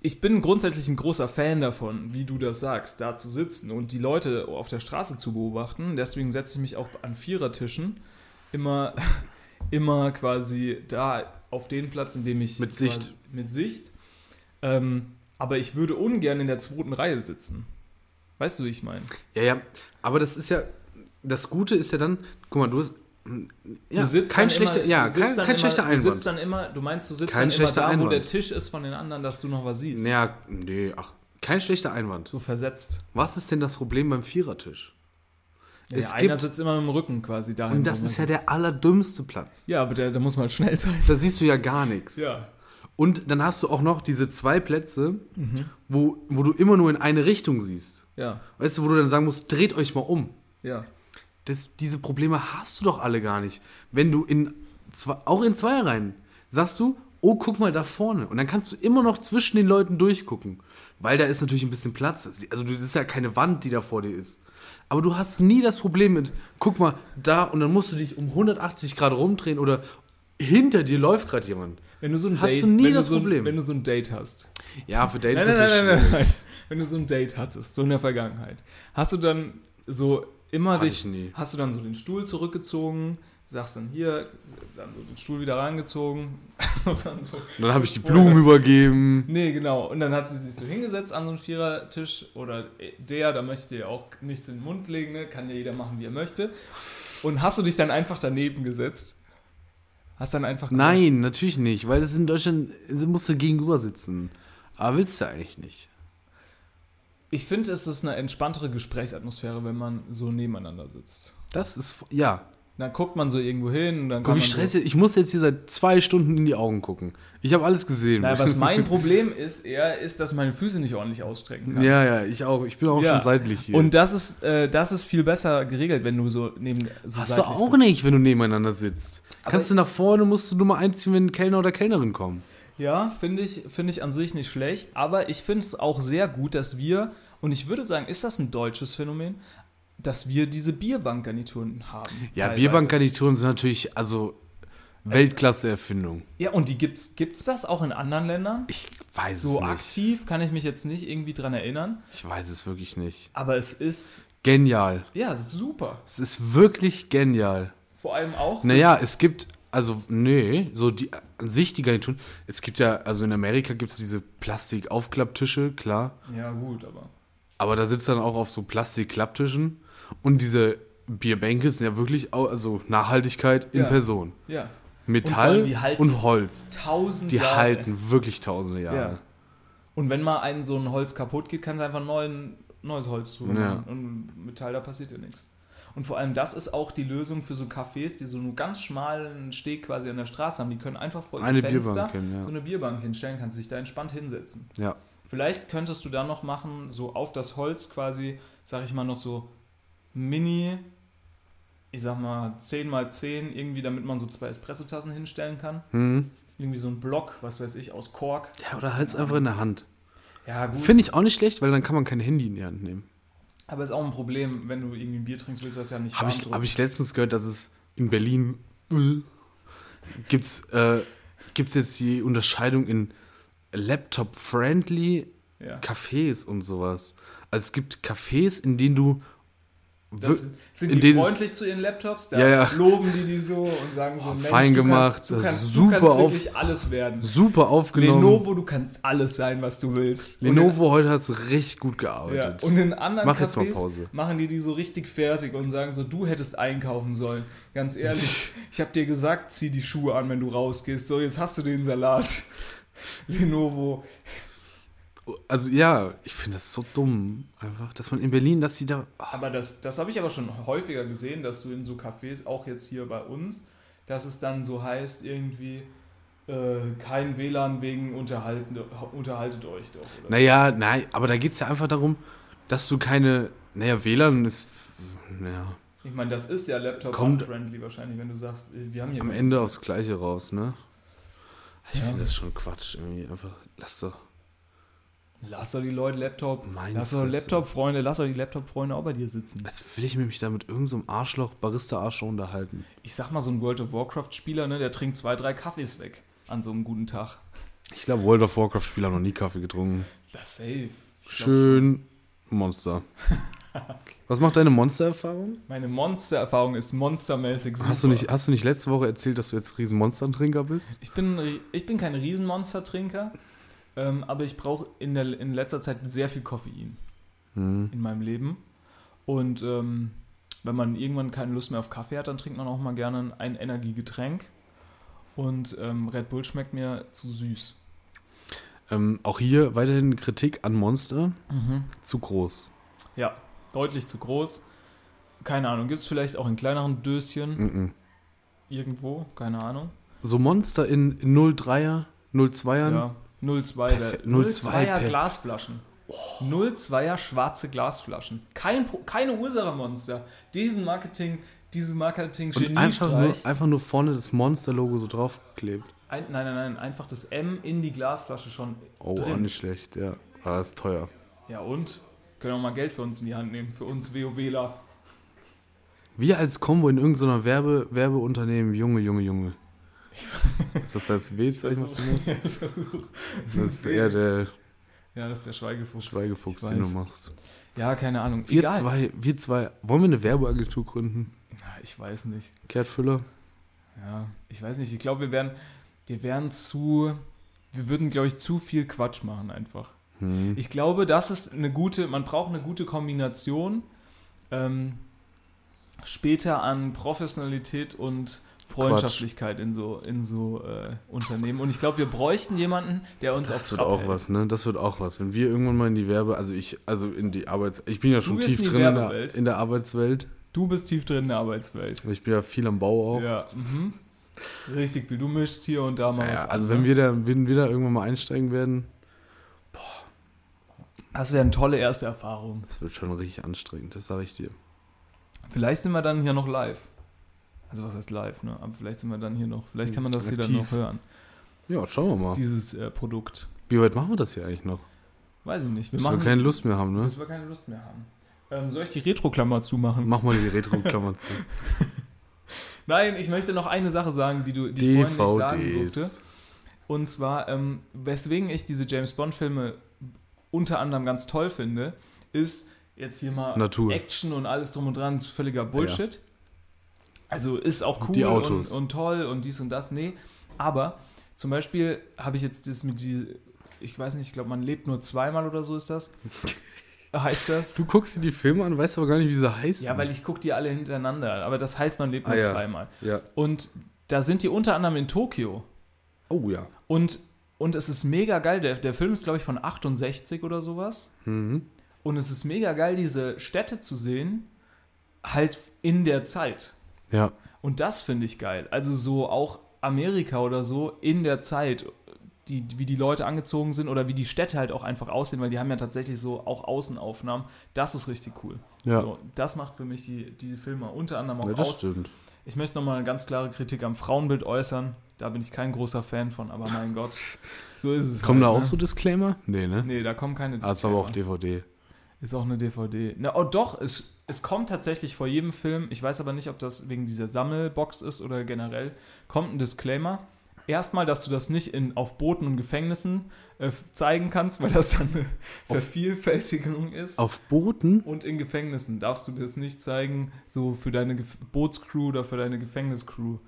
D: ich bin grundsätzlich ein großer Fan davon, wie du das sagst, da zu sitzen und die Leute auf der Straße zu beobachten. Deswegen setze ich mich auch an Vierertischen immer, *laughs* immer quasi da auf den Platz, in dem ich.
C: Mit Sicht.
D: quasi- Mit Sicht. Ähm, aber ich würde ungern in der zweiten Reihe sitzen. Weißt du, wie ich meine?
C: ja, ja, aber das ist ja, das Gute ist ja dann, guck mal, du hast, ja,
D: du sitzt
C: kein
D: dann
C: schlechter,
D: immer,
C: ja,
D: du sitzt
C: kein,
D: dann
C: kein
D: immer,
C: schlechter
D: Du sitzt
C: Einwand.
D: dann immer, du meinst, du sitzt
C: Kein
D: dann immer
C: schlechter
D: da, wo
C: Einwand.
D: der Tisch ist von den anderen, dass du noch was siehst.
C: Ja, nee, ach, kein schlechter Einwand.
D: So versetzt.
C: Was ist denn das Problem beim Vierertisch?
D: Ja,
C: Es
D: einer
C: gibt-
D: sitzt immer mit dem Rücken quasi dahin.
C: Und das
D: wo man
C: ist ja
D: sitzt.
C: der allerdümmste Platz.
D: Ja, aber da, da muss man halt schnell sein.
C: *laughs* Da siehst du ja gar nichts.
D: Ja.
C: Und dann hast du auch noch diese zwei Plätze,
D: Mhm.
C: wo, wo du immer nur in eine Richtung siehst.
D: Ja.
C: Weißt du, wo du dann sagen musst, dreht euch mal um.
D: Ja.
C: Das, diese Probleme hast du doch alle gar nicht. Wenn du in zwei, auch in Zweierreihen sagst du, oh, guck mal da vorne. Und dann kannst du immer noch zwischen den Leuten durchgucken. Weil da ist natürlich ein bisschen Platz. Also du- das ist ja keine Wand, die da vor dir ist. Aber du hast nie das Problem mit, guck mal, da und dann musst du dich um 180 Grad rumdrehen oder hinter dir läuft gerade jemand.
D: Wenn du so ein
C: Hast
D: Date,
C: du nie
D: wenn
C: das
D: so ein,
C: Problem?
D: Wenn du so ein Date hast.
C: Ja, für Dates
D: Nein, nein,
C: natürlich
D: nein, nein,
C: schwierig.
D: nein, Wenn du so ein Date hattest, so in der Vergangenheit, hast du dann so immer
C: Hatte
D: dich,
C: ich nie.
D: hast du dann so den Stuhl zurückgezogen, sagst dann hier, dann so den Stuhl wieder reingezogen *laughs* und dann so.
C: Und dann habe ich die Blumen übergeben.
D: Nee, genau. Und dann hat sie sich so hingesetzt an so einen Vierertisch oder der, da möchte ihr auch nichts in den Mund legen, ne? kann ja jeder machen, wie er möchte. Und hast du dich dann einfach daneben gesetzt? Hast dann einfach. gesagt,
C: Nein, natürlich nicht, weil das in Deutschland das musst du gegenüber sitzen. Aber willst du eigentlich nicht.
D: Ich finde, es ist eine entspanntere Gesprächsatmosphäre, wenn man so nebeneinander sitzt.
C: Das ist, ja.
D: Dann guckt man so irgendwo hin und dann
C: Guck,
D: kann
C: wie
D: man so,
C: stressig. Ich muss jetzt hier seit zwei Stunden in die Augen gucken. Ich habe alles gesehen. *laughs*
D: Naja, was mein Problem ist eher, ist, dass meine Füße nicht ordentlich ausstrecken kann.
C: ja, ja, ich auch. Ich bin auch
D: Ja.
C: schon seitlich hier.
D: Und das ist, äh, das ist viel besser geregelt, wenn du so neben so
C: Hast du
D: seitlich
C: auch
D: sitzt.
C: nicht, wenn du nebeneinander sitzt. Kannst du nach vorne, musst du nur mal einziehen, wenn ein Kellner oder Kellnerin kommen.
D: Ja, finde ich, finde ich an sich nicht schlecht, aber ich finde es auch sehr gut, dass wir, und ich würde sagen, ist das ein deutsches Phänomen, dass wir diese Bierbankgarnituren haben.
C: Ja,
D: teilweise.
C: Bierbankgarnituren sind natürlich, also, Weltklasse-Erfindung.
D: Ja, und die gibt's, gibt's das auch in anderen Ländern?
C: Ich weiß
D: So
C: es nicht.
D: aktiv kann ich mich jetzt nicht irgendwie dran erinnern,
C: Ich weiß es wirklich nicht.
D: aber es ist,
C: Genial.
D: ja, super.
C: Es ist wirklich genial.
D: Vor allem auch. für-
C: Naja, es gibt, also, nee, so die an sich die Garnituren. Es gibt ja, also in Amerika gibt es diese Plastikaufklapptische, klar.
D: Ja, gut, aber.
C: Aber da sitzt dann auch auf so Plastikklapptischen. Und diese Bierbänke sind ja wirklich, au- also Nachhaltigkeit in
D: Ja.
C: Person.
D: Ja.
C: Metall
D: allem
C: und,
D: die halten-
C: Holz.
D: Tausend
C: Die
D: Jahre.
C: halten wirklich tausende
D: Ja.
C: Jahre.
D: Und wenn mal ein so ein Holz kaputt geht, kannst du einfach neuen, neues Holz tun.
C: Ja.
D: Und Metall, da passiert ja nichts. Und vor allem, das ist auch die Lösung für so Cafés, die so einen ganz schmalen Steg quasi an der Straße haben. Die können einfach vor
C: Eine
D: dem Fenster
C: Bierbank hin, ja.
D: so eine Bierbank hinstellen, kannst dich da entspannt hinsetzen.
C: Ja.
D: Vielleicht könntest du da noch machen, so auf das Holz quasi, sag ich mal, noch so mini, ich sag mal 10 mal 10 irgendwie, damit man so zwei Espressotassen hinstellen kann.
C: Hm.
D: Irgendwie so ein Block, was weiß ich, aus Kork.
C: ja oder halt's einfach in der Hand.
D: Ja, gut.
C: Finde ich auch nicht schlecht, weil dann kann man kein Handy in die Hand nehmen.
D: Aber ist auch ein Problem, wenn du irgendwie ein Bier trinkst, willst du das ja nicht
C: Habe
D: warm
C: ich,
D: drücken.
C: hab ich letztens gehört, dass es in Berlin äh, gibt's, äh, gibt's jetzt die Unterscheidung in Laptop-friendly
D: ja.
C: Cafés und sowas. Also es gibt Cafés, in denen du wir-
D: das, Sind
C: in
D: die
C: denen-
D: freundlich zu ihren Laptops? Da
C: Ja, ja. Oh,
D: loben die die so und sagen so, Mensch,
C: fein
D: du
C: gemacht,
D: kannst, du
C: das
D: kannst,
C: ist
D: du
C: super
D: kannst
C: auf-
D: wirklich alles werden.
C: super aufgenommen.
D: Lenovo, du kannst alles sein, was du willst. Und in-
C: Lenovo heute hat's richtig gut
D: Ja,
C: gearbeitet.
D: und in anderen
C: Mach
D: Cafés
C: jetzt mal Pause.
D: machen die die so richtig fertig und sagen so, du hättest einkaufen sollen. Ganz
C: *laughs*
D: ehrlich, ich habe dir gesagt, zieh die Schuhe an, wenn du rausgehst. So, jetzt hast du den Salat. *laughs* Lenovo.
C: also ja, ich finde das so dumm, einfach, dass man in Berlin, dass sie da. Ach,
D: Aber das, das habe ich aber schon häufiger gesehen, dass du in so Cafés, auch jetzt hier bei uns, dass es dann so heißt irgendwie, äh, kein WLAN wegen unterhalten, unterhaltet euch doch. Oder?
C: Naja, nein, aber da geht es ja einfach darum, dass du keine. Naja, WLAN ist. Naja,
D: Ich meine, das ist ja
C: Kommt-
D: Laptop-unfriendly wahrscheinlich, wenn du sagst, äh, wir haben hier.
C: am Ende aufs Gleiche raus, ne? Ich finde das schon Quatsch. Irgendwie einfach. Lass doch.
D: Lass doch die Leute Laptop.
C: Meine
D: lass doch
C: Fresse.
D: Laptop-Freunde, lass doch die Laptop-Freunde auch bei dir sitzen.
C: Als will ich mich da mit irgendeinem Arschloch, Barista-Arschloch unterhalten.
D: Ich sag mal, so ein World of Warcraft-Spieler, ne, der trinkt zwei, drei Kaffees weg an so einem guten Tag.
C: Ich glaube, World of Warcraft-Spieler haben noch nie Kaffee getrunken.
D: Das safe. Ich glaub
C: Schön
D: *laughs*
C: Monster. Was macht deine Monster-Erfahrung?
D: Meine Monster-Erfahrung ist monstermäßig super.
C: Hast du, nicht, hast du nicht letzte Woche erzählt, dass du jetzt riesen Monstertrinker bist?
D: Ich bin, ich bin kein Riesenmonster-Trinker, ähm, aber ich brauche in, der- in letzter Zeit sehr viel Koffein in meinem Leben. Und ähm, wenn man irgendwann keine Lust mehr auf Kaffee hat, dann trinkt man auch mal gerne ein Energiegetränk. Und ähm, Red Bull schmeckt mir zu süß.
C: Ähm, auch hier weiterhin Kritik an Monster.
D: Mhm.
C: Zu groß.
D: Ja, deutlich zu groß. Keine Ahnung, gibt es vielleicht auch in kleineren Döschen
C: Mhm.
D: irgendwo? Keine Ahnung.
C: So Monster in 03er, 02ern.
D: Ja, 02 wär-
C: Perfekt, 02
D: 02er
C: per-
D: Glasflaschen. 02er schwarze Glasflaschen. Kein Pro keine Ursache-Monster. Diesen Marketing, diesen
C: Und einfach nur,
D: Marketing-Geniestreich.
C: einfach nur vorne das Monster-Logo so draufgeklebt.
D: Ein, nein, nein, nein, einfach das M in die Glasflasche schon
C: Oh, auch
D: drin.
C: nicht schlecht, ja. Aber das ist teuer.
D: Ja und? Können auch mal Geld für uns in die Hand nehmen, für uns WoWler.
C: Wir als Combo in irgendeiner Werbe, Werbeunternehmen, Junge, Junge, Junge. Ist das das W-Zeichen, was du nimmst? Das
D: *laughs*
C: ist eher der
D: ja, das ist der Schweigefuchs.
C: Schweigefuchs,
D: Ich
C: den du
D: weiß.
C: machst.
D: Ja, keine Ahnung.
C: Wir
D: Egal.
C: zwei, wir zwei, wollen wir eine Werbeagentur gründen?
D: Na, Ich weiß nicht.
C: Gerd Füller?
D: Ja, ich weiß nicht. Ich glaube, wir wären, wir wären zu, wir würden, glaube ich, zu viel Quatsch machen einfach.
C: Hm.
D: Ich glaube, das ist eine gute, man braucht eine gute Kombination ähm, später an Professionalität und Freundschaftlichkeit in so, in so äh, Unternehmen. Und ich glaube, wir bräuchten jemanden, der uns
C: Das
D: auf
C: wird
D: Trab
C: auch
D: hält.
C: was, ne? Das wird auch was. Wenn wir irgendwann mal in die Werbe, also ich, also in die Arbeits... Ich bin ja schon
D: bist
C: tief
D: in die
C: drin in der,
D: Werbewelt.
C: in der Arbeitswelt.
D: Du bist tief drin in der Arbeitswelt.
C: Ich bin ja viel am Bau auch.
D: Ja, mhm. richtig viel. Du mischst hier und da mal
C: Ja,
D: was.
C: also
D: an, ne?
C: wenn wir, da, wenn wir da irgendwann mal einsteigen werden,
D: das wäre eine tolle erste Erfahrung.
C: das wird schon richtig anstrengend, das sage ich dir.
D: Vielleicht sind wir dann hier noch live. Also was heißt live, ne? Aber vielleicht sind wir dann hier noch, vielleicht kann man das hier dann
C: Aktiv.
D: noch hören.
C: Ja, schauen wir mal.
D: Dieses äh, Produkt.
C: Wie weit machen wir das hier eigentlich noch?
D: Weiß ich nicht. Wir
C: Bis wir
D: machen,
C: keine Lust mehr haben, ne?
D: bis wir keine Lust mehr haben. Ähm, soll ich die Retro-Klammer zumachen?
C: Mach mal die Retro-Klammer zu.
D: Nein, ich möchte noch eine Sache sagen, die du *laughs* die ich vorhin nicht sagen durfte.
C: DVDs.
D: Und zwar, ähm, weswegen ich diese James Bond-Filme unter anderem ganz toll finde, ist jetzt hier mal
C: Natur.
D: Action und alles drum und dran, ist völliger Bullshit. Also ist auch cool
C: Die Autos.
D: Und, und toll und dies und das, nee. Aber zum Beispiel habe ich jetzt das mit die, ich weiß nicht, ich glaube, man lebt nur zweimal oder so ist
C: *laughs*
D: das. heißt das?
C: Du guckst dir die Filme an, weißt aber gar nicht, wie sie heißen.
D: Ja, weil ich gucke die alle hintereinander. Aber das heißt, man lebt
C: Ah,
D: nur
C: ja.
D: zweimal.
C: Ja.
D: Und da sind die unter anderem in Tokio.
C: Oh ja.
D: Und, und es ist mega geil. Der, der Film ist, glaube ich, von 68 oder sowas.
C: Mhm.
D: Und es ist mega geil, diese Städte zu sehen, halt in der Zeit.
C: Ja.
D: Und das finde ich geil. Also so auch Amerika oder so in der Zeit, die, wie die Leute angezogen sind oder wie die Städte halt auch einfach aussehen, weil die haben ja tatsächlich so auch Außenaufnahmen. Das ist richtig cool.
C: Ja.
D: So, das macht für mich die, die Filme unter anderem auch
C: ja,
D: aus.
C: das stimmt.
D: Ich möchte nochmal eine ganz klare Kritik am Frauenbild äußern. Da bin ich kein großer Fan von, aber mein Gott, so ist es.
C: Kommen da
D: halt,
C: auch
D: ne?
C: so Disclaimer? Nee, ne?
D: Nee, da kommen keine
C: Ah, ist aber auch DVD.
D: Ist auch eine DVD. Na, oh doch, es, es kommt tatsächlich vor jedem Film, ich weiß aber nicht, ob das wegen dieser Sammelbox ist oder generell, kommt ein Disclaimer. Erstmal, dass du das nicht in, auf Booten und Gefängnissen äh, f- zeigen kannst, weil das dann eine Vervielfältigung ist.
C: Auf Booten?
D: Und in Gefängnissen darfst du das nicht zeigen, so für deine Gef Bootscrew oder für deine Gefängniscrew.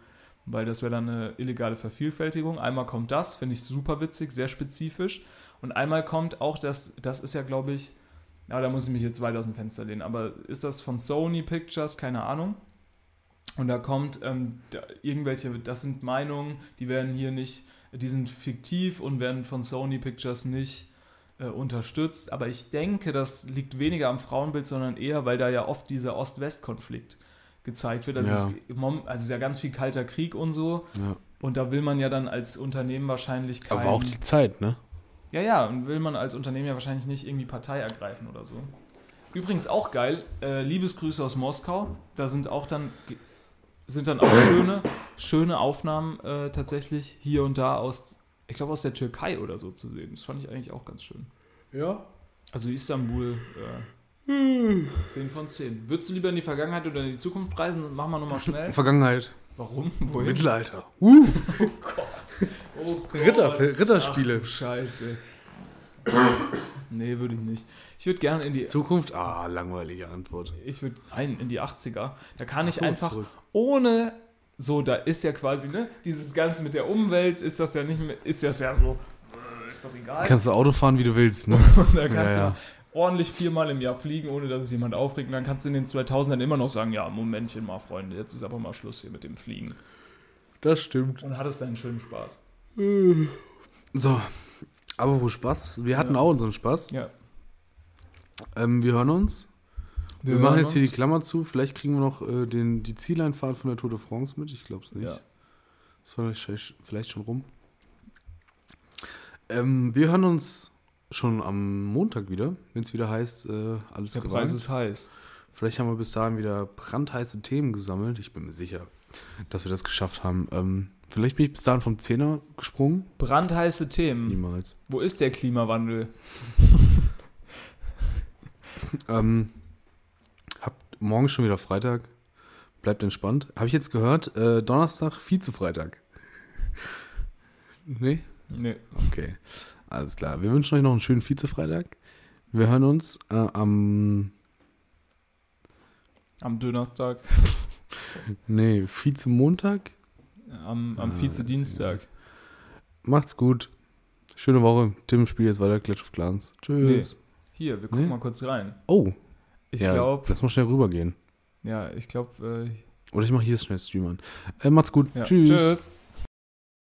D: Weil das wäre dann eine illegale Vervielfältigung. Einmal kommt das, finde ich super witzig, sehr spezifisch. Und einmal kommt auch das, das ist ja, glaube ich, ja, da muss ich mich jetzt weit aus dem Fenster lehnen, aber ist das von Sony Pictures? Keine Ahnung. Und da kommt ähm, da, irgendwelche, das sind Meinungen, die werden hier nicht, die sind fiktiv und werden von Sony Pictures nicht äh, unterstützt. Aber ich denke, das liegt weniger am Frauenbild, sondern eher, weil da ja oft dieser Ost-West-Konflikt gezeigt wird. Also,
C: Ja.
D: es, im Mom- also ja ganz viel kalter Krieg und so.
C: Ja.
D: Und da will man ja dann als Unternehmen wahrscheinlich kein,
C: Aber auch die Zeit, ne?
D: Ja, ja, und will man als Unternehmen ja wahrscheinlich nicht irgendwie Partei ergreifen oder so. Übrigens auch geil, äh, Liebesgrüße aus Moskau. Da sind auch dann, sind dann auch schöne, schöne Aufnahmen äh, tatsächlich hier und da aus, ich glaube aus der Türkei oder so zu sehen. Das fand ich eigentlich auch ganz schön.
C: Ja.
D: Also Istanbul, äh, 10 von 10. Würdest du lieber in die Vergangenheit oder in die Zukunft reisen? Machen wir
C: *laughs*
D: nochmal schnell.
C: Vergangenheit.
D: Warum? Wohin?
C: Mittelalter. Uh,
D: Oh Gott.
C: Ritter,
D: Ach
C: Ritterspiele.
D: du Scheiße. nee, würde ich nicht. Ich würde gerne in die
C: Zukunft? Ah, langweilige
D: *laughs*
C: Antwort.
D: ich würde ein in die 80er. Da kann ich
C: so,
D: einfach
C: zurück.
D: ohne so, da ist ja quasi, ne, dieses Ganze mit der Umwelt ist das ja nicht mehr, ist das ja so, äh, ist doch egal.
C: Kannst du Auto fahren, wie du willst, ne?
D: *laughs* Und da kannst
C: Ja, ja.
D: du ordentlich viermal im Jahr fliegen, ohne dass es jemand aufregt. Und dann kannst du in den 2000ern immer noch sagen, ja, Momentchen mal, Freunde, jetzt ist aber mal Schluss hier mit dem Fliegen.
C: Das stimmt.
D: Und hattest deinen schönen Spaß.
C: So, aber wo Spaß? Wir hatten auch unseren Spaß.
D: Ja.
C: Ähm, wir hören uns. Wir,
D: hören
C: machen jetzt hier
D: uns.
C: die Klammer zu. Vielleicht kriegen wir noch äh, den, die Zieleinfahrt von der Tour de France mit. Ich glaube es nicht.
D: Ja.
C: Ist vielleicht, vielleicht schon rum. Ähm, wir hören uns schon am Montag wieder, wenn es wieder heißt, äh, alles
D: Der
C: gewandt.
D: Preis ist heiß.
C: Vielleicht haben wir bis dahin wieder brandheiße Themen gesammelt. Ich bin mir sicher, dass wir das geschafft haben. Ähm, vielleicht bin ich bis dahin vom Zehner gesprungen.
D: Brandheiße Themen.
C: Niemals.
D: Wo ist der Klimawandel?
C: Ähm, habt morgen schon wieder Freitag. Bleibt entspannt. Habe ich jetzt gehört, äh, Donnerstag Vize-Freitag. Nee?
D: Nee.
C: Okay. Alles klar. Wir wünschen euch noch einen schönen Vize-Freitag. Wir hören uns äh, am.
D: Am Dönerstag,
C: Nee, Vize-Montag.
D: am, am
C: Ah,
D: Vize-Dienstag.
C: Macht's gut. Schöne Woche. Tim spielt jetzt weiter Clash of Clans. Tschüss.
D: Hier, wir gucken
C: Nee.
D: mal kurz rein.
C: Oh,
D: Ich
C: ja,
D: glaube,
C: Lass mal schnell rübergehen.
D: ja, ich glaube, äh,
C: Oder ich mache hier schnell Stream an. Äh, macht's gut.
D: ja.
C: Tschüss.
D: Tschüss.